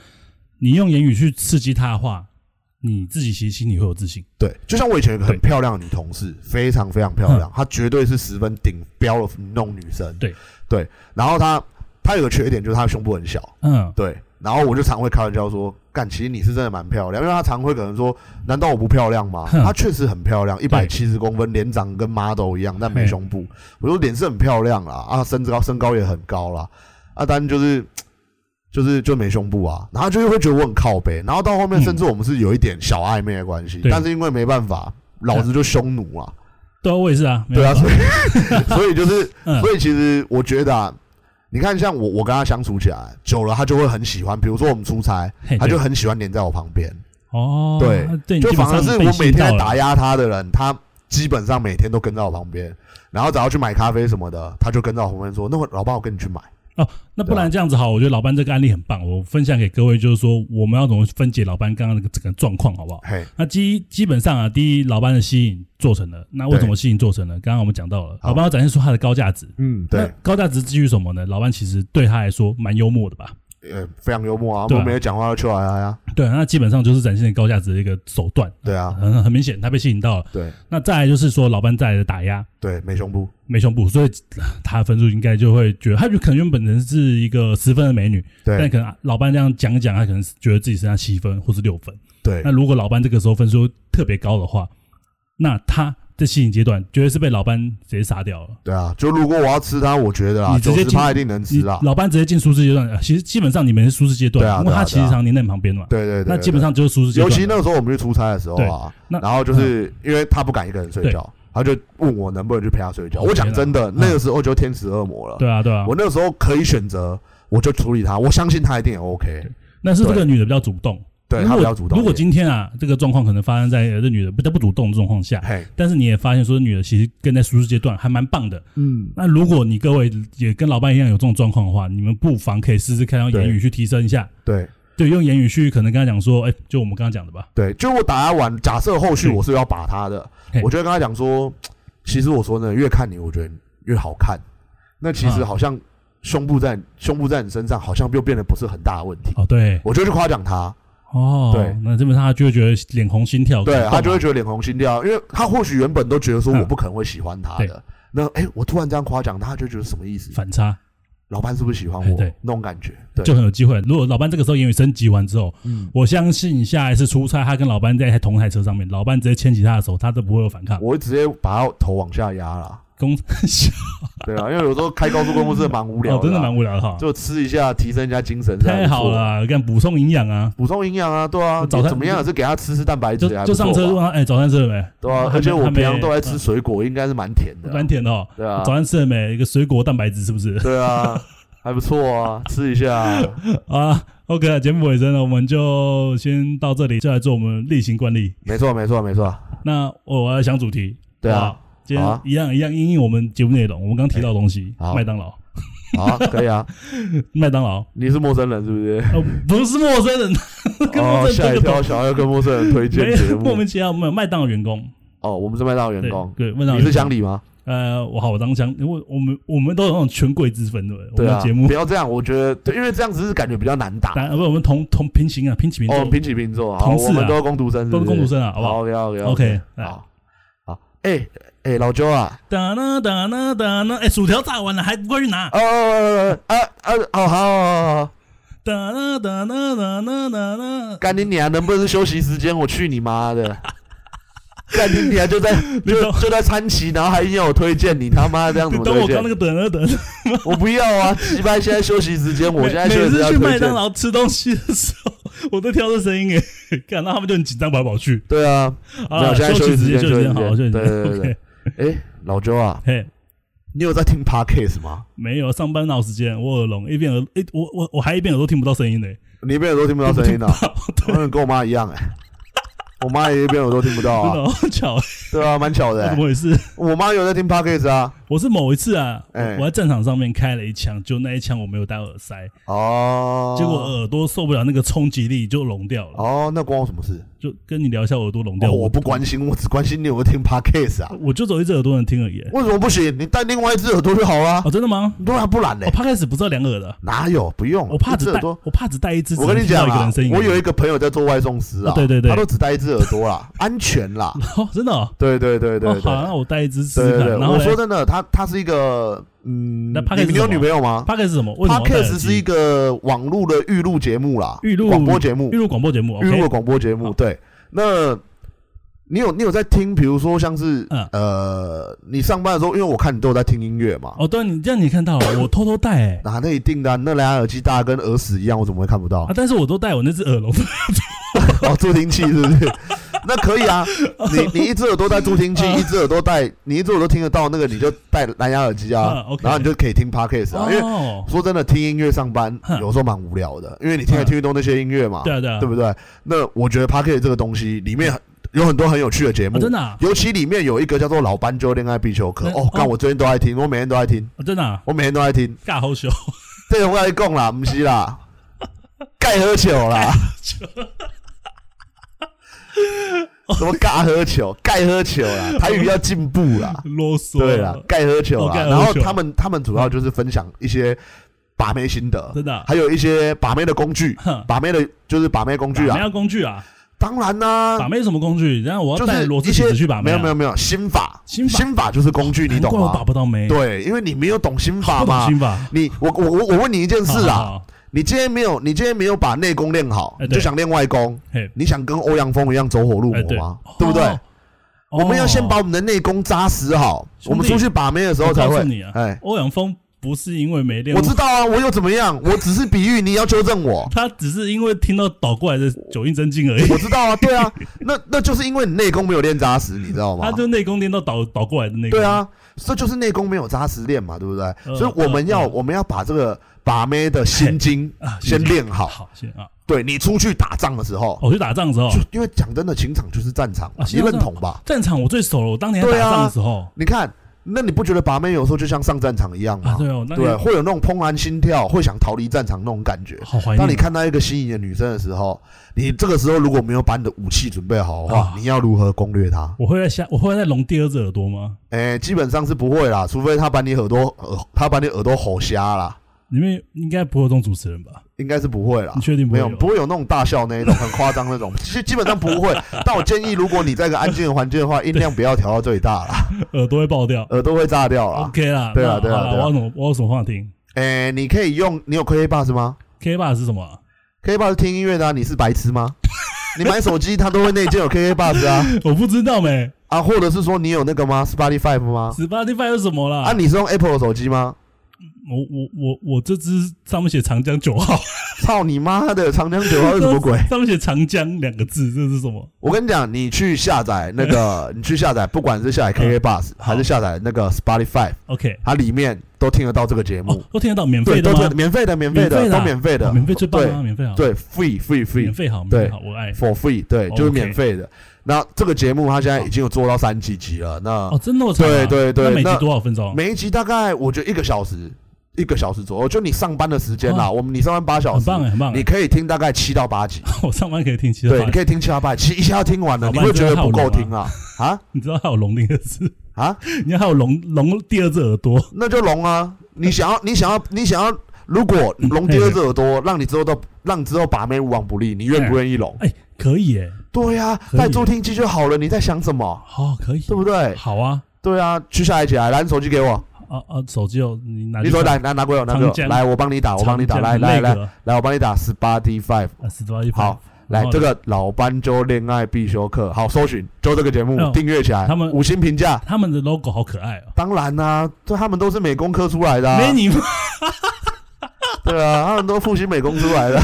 Speaker 1: 你用言语去刺激他的话，你自己其实心里会有自信。
Speaker 2: 对，就像我以前有一个很
Speaker 1: 对
Speaker 2: 漂亮的女同事，非常非常漂亮，她绝对是十分顶标的那种女生。
Speaker 1: 对
Speaker 2: 对，然后她她有个缺点就是她的胸部很小。
Speaker 1: 嗯，
Speaker 2: 对，然后我就常会开玩笑说，干，其实你是真的蛮漂亮，因为她常会可能说，难道我不漂亮吗？
Speaker 1: 哼
Speaker 2: 她确实很漂亮，一百七十公分，脸长跟 model 一样，但没胸部。我说脸是很漂亮啦，啊，身高身高也很高啦，啊，但就是。就是就没胸部啊，然后就是会觉得我很靠背，然后到后面
Speaker 1: 嗯
Speaker 2: 甚至我们是有一点小暧昧的关系，
Speaker 1: 对
Speaker 2: 但是因为没办法，老子就匈奴啊，
Speaker 1: 对啊，我也是啊。没
Speaker 2: 对啊，
Speaker 1: 办法
Speaker 2: 所 以所以就是
Speaker 1: 嗯，
Speaker 2: 所以其实我觉得啊，你看像我我跟他相处起来久了，他就会很喜欢，比如说我们出差，
Speaker 1: 嘿
Speaker 2: 他
Speaker 1: 哎对
Speaker 2: 就很喜欢黏在我旁边，
Speaker 1: 哦，
Speaker 2: 对
Speaker 1: 那对，
Speaker 2: 就反而是我每天在打
Speaker 1: 压。
Speaker 2: 压他的人，他基本上每天都跟在我旁边，然后只要去买咖啡什么的，他就跟在我旁边说：“那我老爸，我跟你去买。
Speaker 1: 那不
Speaker 2: 啊
Speaker 1: 然这样子好，我觉得老班这个案例很棒，我分享给各位，就是说我们要怎么分解老班刚刚那个整个状况，好不好”？
Speaker 2: 嘿，
Speaker 1: 那基基本上啊，第一，老班的吸引做成了。那为什么吸引做成了？刚刚我们讲到了，
Speaker 2: 好
Speaker 1: 老班要展现出他的高价值。
Speaker 2: 嗯，
Speaker 1: 那
Speaker 2: 对，
Speaker 1: 高价值基于什么呢？老班其实对他来说蛮幽默的吧？
Speaker 2: 呃非常幽默啊，
Speaker 1: 对啊
Speaker 2: 莫名的讲话就出来了呀，
Speaker 1: 对，啊那基本上就是展现高价值的一个手段，
Speaker 2: 对啊，
Speaker 1: 很很明显他被吸引到了。
Speaker 2: 对
Speaker 1: 那再来就是说老班再来的打压
Speaker 2: 对，美胸部，
Speaker 1: 没胸部，所以 呃他分数应该就会觉得，他就可能原本人是一个十分的美女，但
Speaker 2: 对
Speaker 1: 可能老班这样讲一讲，他可能觉得自己身上七分或是六分。
Speaker 2: 对
Speaker 1: 那如果老班这个时候分数特别高的话，那他在吸引阶段绝对是被老班直接杀掉了。
Speaker 2: 对啊，就如果我要吃它，我觉得啊，
Speaker 1: 你直
Speaker 2: 九
Speaker 1: 接
Speaker 2: 十
Speaker 1: 进
Speaker 2: 趴一定能
Speaker 1: 你
Speaker 2: 吃啊，
Speaker 1: 老班直接进舒适阶段，呃其实基本上你们是舒适阶段，
Speaker 2: 对啊
Speaker 1: 因为
Speaker 2: 对啊
Speaker 1: 他其实常年在你旁边嘛，
Speaker 2: 对对对，
Speaker 1: 那
Speaker 2: 对
Speaker 1: 基本上就是舒适阶
Speaker 2: 尤
Speaker 1: 段了。
Speaker 2: 其那个时候我们去出差的时候啊
Speaker 1: 对那，嗯
Speaker 2: 然后就是因为他不敢一个人睡觉，他就问我能不能去陪他睡觉。
Speaker 1: 哦
Speaker 2: 我讲
Speaker 1: 天啊
Speaker 2: 真的，
Speaker 1: 嗯
Speaker 2: 那个时候就天使恶魔了。
Speaker 1: 对啊对啊
Speaker 2: 我，那个时候可以选择，我就处理他，我相信他一定也 OK。
Speaker 1: 那是这个
Speaker 2: 对
Speaker 1: 女的比较主动，
Speaker 2: 对
Speaker 1: 如
Speaker 2: 他
Speaker 1: 果
Speaker 2: 比较主动一点。
Speaker 1: 如果今天啊，这个状况可能发生在呃这女的比较不主动的状况下，
Speaker 2: 嘿，
Speaker 1: 但是你也发现说，女的其实跟在舒适阶段还蛮棒的。
Speaker 2: 嗯，
Speaker 1: 那如果你各位也跟老班一样有这种状况的话，你们不妨可以试试看，用言语去提升一下。
Speaker 2: 对
Speaker 1: 对，用言语去可能跟他讲说，哎、就我们刚刚讲的吧，
Speaker 2: 对，就我打他完，假设后续
Speaker 1: 嗯
Speaker 2: 我是要把他的
Speaker 1: 嘿，
Speaker 2: 我就会跟他讲说，其实我说真的，越看你，我觉得你越好看。那其实
Speaker 1: 啊
Speaker 2: 好像胸部在胸部在你身上，好像又变得不是很大的问题。
Speaker 1: 哦，对，
Speaker 2: 我就去夸奖他，
Speaker 1: 哦，
Speaker 2: 对
Speaker 1: 那基本上他就会觉得脸红心跳，
Speaker 2: 对
Speaker 1: 感动
Speaker 2: 他就会觉得脸红心跳，因为他或许原本都觉得说
Speaker 1: 嗯
Speaker 2: 我不可能会喜欢他
Speaker 1: 对
Speaker 2: 的，那哎、我突然这样夸奖他，他就觉得什么意思？
Speaker 1: 反差，
Speaker 2: 老潘是不是喜欢
Speaker 1: 哎
Speaker 2: 我？
Speaker 1: 对
Speaker 2: 那种感觉，对，
Speaker 1: 就很有机会。如果老班这个时候言语升级完之后，
Speaker 2: 嗯
Speaker 1: 我相信下一次出差，他跟老班在一台同一台车上面，老班直接牵起他的手，他都不会有反抗。
Speaker 2: 我会直接把他头往下压啦，
Speaker 1: 公
Speaker 2: 对 啊，因为有时候开高速公路真的蛮无聊
Speaker 1: 哦，真的蛮
Speaker 2: 无
Speaker 1: 无聊的哈，
Speaker 2: 就吃一下提升一下精神，
Speaker 1: 太好，了，干补充营养啊。
Speaker 2: 补充营养啊，对啊，
Speaker 1: 早餐
Speaker 2: 怎么样也是给他吃吃蛋白
Speaker 1: 就
Speaker 2: 质，还
Speaker 1: 就
Speaker 2: 不
Speaker 1: 上
Speaker 2: 错啊
Speaker 1: 车就
Speaker 2: 吧
Speaker 1: 问他，哎、早餐吃了没？
Speaker 2: 对啊，
Speaker 1: 还
Speaker 2: 而且
Speaker 1: 没
Speaker 2: 我
Speaker 1: 还
Speaker 2: 平
Speaker 1: 没
Speaker 2: 常都在吃
Speaker 1: 嗯
Speaker 2: 水果，应该是蛮甜的啊
Speaker 1: 蛮，甜的哦。
Speaker 2: 对啊，
Speaker 1: 早餐吃了没？一个水果蛋白质是不是？
Speaker 2: 对啊，还不错啊，吃 一下啊，
Speaker 1: 啊，OK，节目尾声了，我们就先到这里，就来做我们例行惯例。
Speaker 2: 没错，没错，没错，
Speaker 1: 那哦我要想主题，
Speaker 2: 对
Speaker 1: 好不
Speaker 2: 啊
Speaker 1: 好，。今天
Speaker 2: 好啊哎
Speaker 1: 一样一样，因应我们节目内容，我们刚提到的东西，
Speaker 2: 好
Speaker 1: 麦当劳，
Speaker 2: 好啊，可以啊，
Speaker 1: 麦当劳，
Speaker 2: 你是陌生人是不是？
Speaker 1: 呃，不是陌生人， 跟陌
Speaker 2: 哦，
Speaker 1: 生
Speaker 2: 吓
Speaker 1: 人
Speaker 2: 一
Speaker 1: 这个
Speaker 2: 跳，想要跟陌生人推
Speaker 1: 没
Speaker 2: 荐节
Speaker 1: 有
Speaker 2: 目
Speaker 1: 莫。名其妙，没有麦当劳员工，
Speaker 2: 哦，我们是麦当劳员
Speaker 1: 对
Speaker 2: 工，
Speaker 1: 对，麦当劳
Speaker 2: 你是
Speaker 1: 员
Speaker 2: 乡
Speaker 1: 工，
Speaker 2: 里吗？
Speaker 1: 呃，我好，我当乡，因为我们我们都有那种权贵之分的，我
Speaker 2: 对
Speaker 1: 们
Speaker 2: 啊
Speaker 1: 节，目
Speaker 2: 不，要这样，我觉得对，因为这样子是感觉比较难 打。
Speaker 1: 当不，我们同同平行啊，平起平
Speaker 2: 哦，
Speaker 1: 坐，
Speaker 2: 平起平坐，好，
Speaker 1: 同事啊
Speaker 2: 我们都是工读生，
Speaker 1: 都是
Speaker 2: 不
Speaker 1: 公读生啊，好不好？
Speaker 2: OK OK
Speaker 1: OK，来啊
Speaker 2: 哦好，好，哎哎，老周啊，
Speaker 1: 哒呢哒呢哒呢，哎，薯条炸完了还不快去拿？
Speaker 2: 哦哦哦哦哦，好好好，
Speaker 1: 哒呢哒呢哒呢哒呢，
Speaker 2: 干你娘，能不能是休息时间？我去你 妈的！干你娘，就在就就在餐旗，然后还硬要我推荐你，他妈这样
Speaker 1: 你
Speaker 2: 怎么
Speaker 1: 懂
Speaker 2: 推
Speaker 1: 我
Speaker 2: 荐
Speaker 1: 刚那？个哒呢哒呢。
Speaker 2: 我不要啊！鸡巴，现在休息时间，我现在
Speaker 1: 每
Speaker 2: 确
Speaker 1: 每
Speaker 2: 实要
Speaker 1: 次去麦
Speaker 2: 推
Speaker 1: 当
Speaker 2: 荐。
Speaker 1: 劳吃东西的时候，我都挑这声音哎， 看到他们就很紧张跑来跑去。
Speaker 2: 对啊，没
Speaker 1: 啊，
Speaker 2: 有现在
Speaker 1: 息
Speaker 2: 休
Speaker 1: 时
Speaker 2: 息时
Speaker 1: 间，休
Speaker 2: 间
Speaker 1: 息时间，
Speaker 2: 休息时间
Speaker 1: 好，休息时间。
Speaker 2: 对 对对
Speaker 1: OK，
Speaker 2: 哎，老周啊，
Speaker 1: 嘿，
Speaker 2: 你有在听 podcast 吗？
Speaker 1: 没有上班闹时间，我耳聋，一边耳，哎，我我我还一边耳朵听不到声音呢。
Speaker 2: 你一边耳朵听不到 声音的、啊，嗯，跟我妈一样哎、我妈也一边耳朵听不到
Speaker 1: 真
Speaker 2: 啊，
Speaker 1: 的好巧，
Speaker 2: 对啊，蛮巧的、
Speaker 1: 怎
Speaker 2: 欸。
Speaker 1: 么回事？
Speaker 2: 我妈有在听 podcast 啊，
Speaker 1: 我是某一次啊，我
Speaker 2: 哎
Speaker 1: 我在战场上面开了一枪，就那一枪我没有戴耳塞，
Speaker 2: 哦，
Speaker 1: 结果耳朵受不了那个冲击力就聋掉了。
Speaker 2: 哦，那关我什么事？
Speaker 1: 就跟你聊一下耳朵聋
Speaker 2: 哦、
Speaker 1: 掉，
Speaker 2: 我不关心，我只关心你有在听 podcast 啊。
Speaker 1: 我就走一只耳朵能听而已。欸
Speaker 2: 为什么不行？你戴另外一只耳朵就好啦、
Speaker 1: 哦，真的吗？
Speaker 2: 对啊，不然嘞
Speaker 1: 我，怕开始不知道两耳的，啊
Speaker 2: 哪有？不用，
Speaker 1: 我怕
Speaker 2: 一
Speaker 1: 只带
Speaker 2: 只耳朵。
Speaker 1: 我怕只带一只，
Speaker 2: 我跟你讲
Speaker 1: 只能听到一个
Speaker 2: 啊
Speaker 1: 人声，音。
Speaker 2: 我有一个朋友在做外送师啊，
Speaker 1: 哦对对对
Speaker 2: 他都只戴一只耳朵 啦，安全啦。
Speaker 1: 哦，真的哦，
Speaker 2: 对对对对
Speaker 1: 哦好，
Speaker 2: 对
Speaker 1: 那。我带一只试
Speaker 2: 对
Speaker 1: 试
Speaker 2: 对
Speaker 1: 看。
Speaker 2: 对，
Speaker 1: 然后
Speaker 2: 我说
Speaker 1: 嘞
Speaker 2: 真的，他他是一个嗯，
Speaker 1: 那
Speaker 2: 你
Speaker 1: podcast 是
Speaker 2: 你有
Speaker 1: 什么
Speaker 2: 女朋友吗
Speaker 1: podcast 是什么？为什么我戴耳
Speaker 2: podcast
Speaker 1: 机
Speaker 2: 是一个网络的预录节目啦，
Speaker 1: 预录
Speaker 2: 广播节目
Speaker 1: 预，录广播节目
Speaker 2: 预录
Speaker 1: ，OK，哦
Speaker 2: 的广播节目。
Speaker 1: 好
Speaker 2: 对，那你有你有在听，比如说像是
Speaker 1: 嗯
Speaker 2: 呃，你上班的时候，因为我看你都有在听音乐嘛，
Speaker 1: 哦，对，你这样你看到了，我偷偷戴哎
Speaker 2: 那那一定的啊，那蓝牙耳机大跟耳屎一样，我怎么会看不到
Speaker 1: 啊，？但是我都戴我那只耳聋，
Speaker 2: 啊哦，助听器是不 是？那可以啊，你你一只耳朵戴助听器，
Speaker 1: 嗯
Speaker 2: 一只耳朵戴，你一只耳朵听得到那个，你就戴蓝牙耳机啊
Speaker 1: 嗯，，OK
Speaker 2: 然后你就可以听 podcast 啊，因为。
Speaker 1: 哦，
Speaker 2: 说真的，听音乐上班
Speaker 1: 哼
Speaker 2: 有时候蛮无聊的，因为你听来
Speaker 1: 嗯
Speaker 2: 听去都那些音乐嘛，
Speaker 1: 对啊对啊，
Speaker 2: 对
Speaker 1: 啊
Speaker 2: 不对？那我觉得 p a r k e t 这个东西里面很有很多很有趣的节目，
Speaker 1: 真的啊
Speaker 2: 尤其里面有一个叫做《老斑鸠恋爱必修课》
Speaker 1: 嗯
Speaker 2: 哦，看
Speaker 1: 哦
Speaker 2: 我最近都爱听，我每天都爱听，
Speaker 1: 啊真的啊，
Speaker 2: 我每天都爱听。
Speaker 1: 尬好羞，，
Speaker 2: 这种我来讲啦，不是啦，盖喝酒啦，什么尬喝酒，盖喝酒啦，台语要进步啦
Speaker 1: 啰嗦，
Speaker 2: 对啦，盖喝酒
Speaker 1: 哦
Speaker 2: 啦。
Speaker 1: 盖喝
Speaker 2: 然后
Speaker 1: 酒
Speaker 2: 他们他们主要就是分享一些把妹心得，
Speaker 1: 真的啊
Speaker 2: 还有一些把妹的工具，
Speaker 1: 哼，
Speaker 2: 把妹的就是把妹工具
Speaker 1: 把妹
Speaker 2: 啊，
Speaker 1: 要工具啊，
Speaker 2: 当然啦、
Speaker 1: 把妹什么工具？然后我要
Speaker 2: 就
Speaker 1: 带
Speaker 2: 是
Speaker 1: 裸
Speaker 2: 一
Speaker 1: 辞裙
Speaker 2: 些
Speaker 1: 子去把妹、
Speaker 2: 没
Speaker 1: 啊，
Speaker 2: 有没有没有心法，
Speaker 1: 心法
Speaker 2: 就是工具，你
Speaker 1: 难
Speaker 2: 懂
Speaker 1: 怪我把
Speaker 2: 吗？
Speaker 1: 不到妹，
Speaker 2: 对，因为你没有懂心法
Speaker 1: 不懂
Speaker 2: 嘛。
Speaker 1: 心法
Speaker 2: 你我我我我问你一件事
Speaker 1: 好好
Speaker 2: 啊，
Speaker 1: 好
Speaker 2: 你今天没有你今天没有把内功练好，
Speaker 1: 哎
Speaker 2: 你
Speaker 1: 对
Speaker 2: 就想练外功，
Speaker 1: 嘿，
Speaker 2: 你想跟欧阳锋一样走火入
Speaker 1: 哎
Speaker 2: 魔吗？啊对不对？
Speaker 1: 哦
Speaker 2: 我们要先把
Speaker 1: 哦
Speaker 2: 我们的内功扎实好，
Speaker 1: 兄弟
Speaker 2: 我们出去把妹的时候才
Speaker 1: 我
Speaker 2: 会
Speaker 1: 告诉你啊。
Speaker 2: 哎，
Speaker 1: 欧阳锋不是因为没练
Speaker 2: 我
Speaker 1: 过，。
Speaker 2: 知道啊，我又怎么样？我只是比喻，你要纠正我
Speaker 1: 他只是因为听到倒过来的九阴真经 而已。
Speaker 2: 我知道啊，对啊，那那就是因为你内功没有练扎实，你知道吗
Speaker 1: 他？就内功练到倒倒过来的那个。
Speaker 2: 对，啊，这就是内功没有扎实练嘛，对不对？
Speaker 1: 嗯
Speaker 2: 所以我们要
Speaker 1: 嗯嗯
Speaker 2: 我们要把这个把妹的心经
Speaker 1: 啊
Speaker 2: 先练好。
Speaker 1: 好，先啊，哦
Speaker 2: 对你出去打仗的时候，
Speaker 1: 我去打仗的时候
Speaker 2: 就，因为讲真的，情场就是战场
Speaker 1: 啊
Speaker 2: 嘛，你
Speaker 1: 行
Speaker 2: 认同吧？
Speaker 1: 战场我最熟了。我当年在
Speaker 2: 对
Speaker 1: 打
Speaker 2: 啊
Speaker 1: 仗的时候
Speaker 2: 你看，那你不觉得把妹有时候就像上战场一样
Speaker 1: 啊，
Speaker 2: 吗？
Speaker 1: 对哦，那
Speaker 2: 对，
Speaker 1: 个
Speaker 2: 会有那种怦然心跳，会想逃离战场那种感觉。
Speaker 1: 好怀念。
Speaker 2: 当你看到一个心仪的女生的时候，你这个时候如果没有把你的武器准备好的话
Speaker 1: 啊，
Speaker 2: 你要如何攻略她？
Speaker 1: 我会在下，我会在隆第二只耳朵吗？
Speaker 2: 哎，基本上是不会啦，除非她把你耳朵耳，她把你耳朵吼瞎啦，
Speaker 1: 你们应该不会有这种主持人吧？
Speaker 2: 应该是不会啦
Speaker 1: 你。确定
Speaker 2: 没
Speaker 1: 有
Speaker 2: 有，？不会有那种大笑那一种，很夸张那种， 其实基本上不会。但我建议，如果你在一个安静的环境的话，音量不要调到最大啦，
Speaker 1: 耳朵会爆掉。
Speaker 2: 耳朵会炸掉啦。
Speaker 1: OK 啦，
Speaker 2: 对 啊
Speaker 1: 那
Speaker 2: 对啊
Speaker 1: 好啦
Speaker 2: 对
Speaker 1: 我
Speaker 2: 啊
Speaker 1: 要什么？我要什么话听
Speaker 2: 哎，你可以用，你有 K b o x 吗
Speaker 1: ？K 吧是什么啊？
Speaker 2: ？K b o x 听音乐的啊，你是白痴吗？ 你买手机它都会内建有 K K box 啊。
Speaker 1: 我不知道 没。
Speaker 2: 啊，或者是说你有那个吗？Spotify 吗？
Speaker 1: Spotify 是什么啦？
Speaker 2: 啊，你是用 Apple 的手机吗？
Speaker 1: 我我我我这只上面写长江九号，
Speaker 2: 操你妈的，长江九号是什么 鬼？
Speaker 1: 上面写长江两个字，这是什么？
Speaker 2: 我跟你讲，你去下载 那个，你去下载，不管是
Speaker 1: 嗯
Speaker 2: 下载 KK Bus 还是下载那个 Spotify，
Speaker 1: OK，
Speaker 2: 它里面都听得到这个节目
Speaker 1: 哦，，都听得到免
Speaker 2: 对，
Speaker 1: 费的
Speaker 2: 都
Speaker 1: 吗
Speaker 2: 听？免费的，免费的，
Speaker 1: 啊
Speaker 2: 嗯都免费的
Speaker 1: 哦，免费最棒啊！免费好，
Speaker 2: 对，对，free free
Speaker 1: 免
Speaker 2: free
Speaker 1: 费好，免
Speaker 2: 对
Speaker 1: 费好，我爱。
Speaker 2: for free，对，
Speaker 1: OK
Speaker 2: 就是免费的。那这个节目它现在已经有做到三几集了，那
Speaker 1: 哦，真的我长啊
Speaker 2: 对对对
Speaker 1: 那每集
Speaker 2: 那
Speaker 1: 多少分钟？
Speaker 2: 每一集大概我觉得一个小时，一个小时左右，就你上班的时间啦，
Speaker 1: 哦
Speaker 2: 我们你上班八小
Speaker 1: 很
Speaker 2: 时，
Speaker 1: 棒哎，很棒哎
Speaker 2: 你！可以听大概七到八集，
Speaker 1: 我上班可以听七到
Speaker 2: 对，
Speaker 1: 八
Speaker 2: 你，可以听七到八集，其实一下听完了，
Speaker 1: 好吧
Speaker 2: 你会觉得不够听啊啊
Speaker 1: 你知道还有龙那个字，
Speaker 2: 啊，
Speaker 1: 你还有龙龙第二只耳朵，
Speaker 2: 那就聋啊！你想要，你想要，你想要，如果聋第二只耳朵，让你之后都让之后把妹无往不利，你愿不愿意聋？
Speaker 1: 哎，可以哎，
Speaker 2: 对呀、
Speaker 1: 以
Speaker 2: 带助听器就好了，你在想什么？
Speaker 1: 好，哦可以，
Speaker 2: 对不对？
Speaker 1: 好啊，
Speaker 2: 对啊，去下一集来，来你手机给我，
Speaker 1: 啊啊，手机哦，你拿去
Speaker 2: 你手机
Speaker 1: 看
Speaker 2: 来拿拿给我，拿给
Speaker 1: 长
Speaker 2: 我，
Speaker 1: 江
Speaker 2: 来我帮你打，我帮你打，
Speaker 1: 长江
Speaker 2: 来
Speaker 1: 很
Speaker 2: 来
Speaker 1: 那
Speaker 2: 来
Speaker 1: 个
Speaker 2: 来，我帮你打 Spotify
Speaker 1: 啊，十多一百
Speaker 2: 好，来
Speaker 1: 然后呢
Speaker 2: 这个老斑鸠恋爱必修课，好搜寻就这个节目
Speaker 1: 嗯
Speaker 2: 订阅起来，
Speaker 1: 他们
Speaker 2: 五星评价，
Speaker 1: 他们的 logo 好可爱哦，
Speaker 2: 当然啦、这他们都是美工科出来的、啊，
Speaker 1: 没你们
Speaker 2: 对啊，他们都复兴美工出来 的，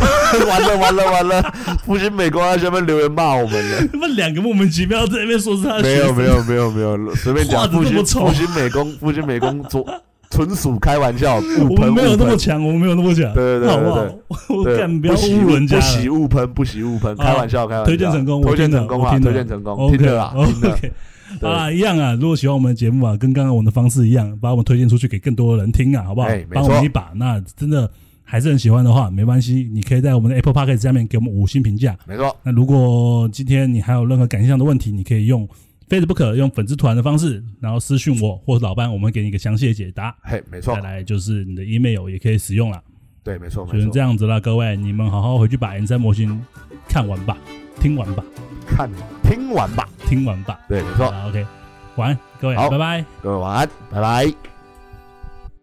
Speaker 2: 完了完了完了，复兴美工在下面留言骂我们 了。
Speaker 1: 他们两个莫名其妙在那边说是他的
Speaker 2: 没
Speaker 1: 学
Speaker 2: 有
Speaker 1: 生
Speaker 2: 没有没有没有，随便
Speaker 1: 画
Speaker 2: 讲
Speaker 1: 得
Speaker 2: 复
Speaker 1: 这么
Speaker 2: 兴
Speaker 1: 丑
Speaker 2: 复兴美工复兴美工纯纯属开玩笑，
Speaker 1: 我
Speaker 2: 误
Speaker 1: 们
Speaker 2: 喷
Speaker 1: 没有
Speaker 2: 误
Speaker 1: 那么
Speaker 2: 喷，
Speaker 1: 强，我们没有那么强，
Speaker 2: 对对对
Speaker 1: 好不
Speaker 2: 对
Speaker 1: 好？我
Speaker 2: 对
Speaker 1: 干不要
Speaker 2: 不喜
Speaker 1: 侮辱人家了。
Speaker 2: 不喜勿喷不喜勿喷，
Speaker 1: 好
Speaker 2: 开玩笑开玩笑，
Speaker 1: 推荐成功我
Speaker 2: 推荐
Speaker 1: 听了
Speaker 2: 成功
Speaker 1: 我
Speaker 2: 啊，
Speaker 1: 听了
Speaker 2: 推荐成功，
Speaker 1: OK，哦
Speaker 2: 听着啦，听着，
Speaker 1: OK，好啦，一样啊。如果喜欢我们的节目啊，跟刚刚我们的方式一样，把我们推荐出去给更多的人听啊，好不好
Speaker 2: 哎没？错
Speaker 1: 帮我们一把。那真的还是很喜欢的话，没关系，你可以在我们的 Apple Podcast 下面给我们五星评价。
Speaker 2: 没错，
Speaker 1: 那如果今天你还有任何感性上的问题，你可以用 Facebook 用粉丝团的方式，然后私讯我或是老班，我们会给你一个详细的解答。
Speaker 2: 嘿，没错
Speaker 1: 再，来就是你的 email 也可以使用啦。
Speaker 2: 对，没错
Speaker 1: 就
Speaker 2: 没
Speaker 1: 是
Speaker 2: 错
Speaker 1: 这。样子啦，各位，你们好好回去把《N 三模型》看完吧，听完吧，
Speaker 2: 看听完吧。
Speaker 1: 听完吧。
Speaker 2: 对，没错，
Speaker 1: 好，OK，晚安，各位，
Speaker 2: 好
Speaker 1: 拜拜。
Speaker 2: 各位晚安，拜拜。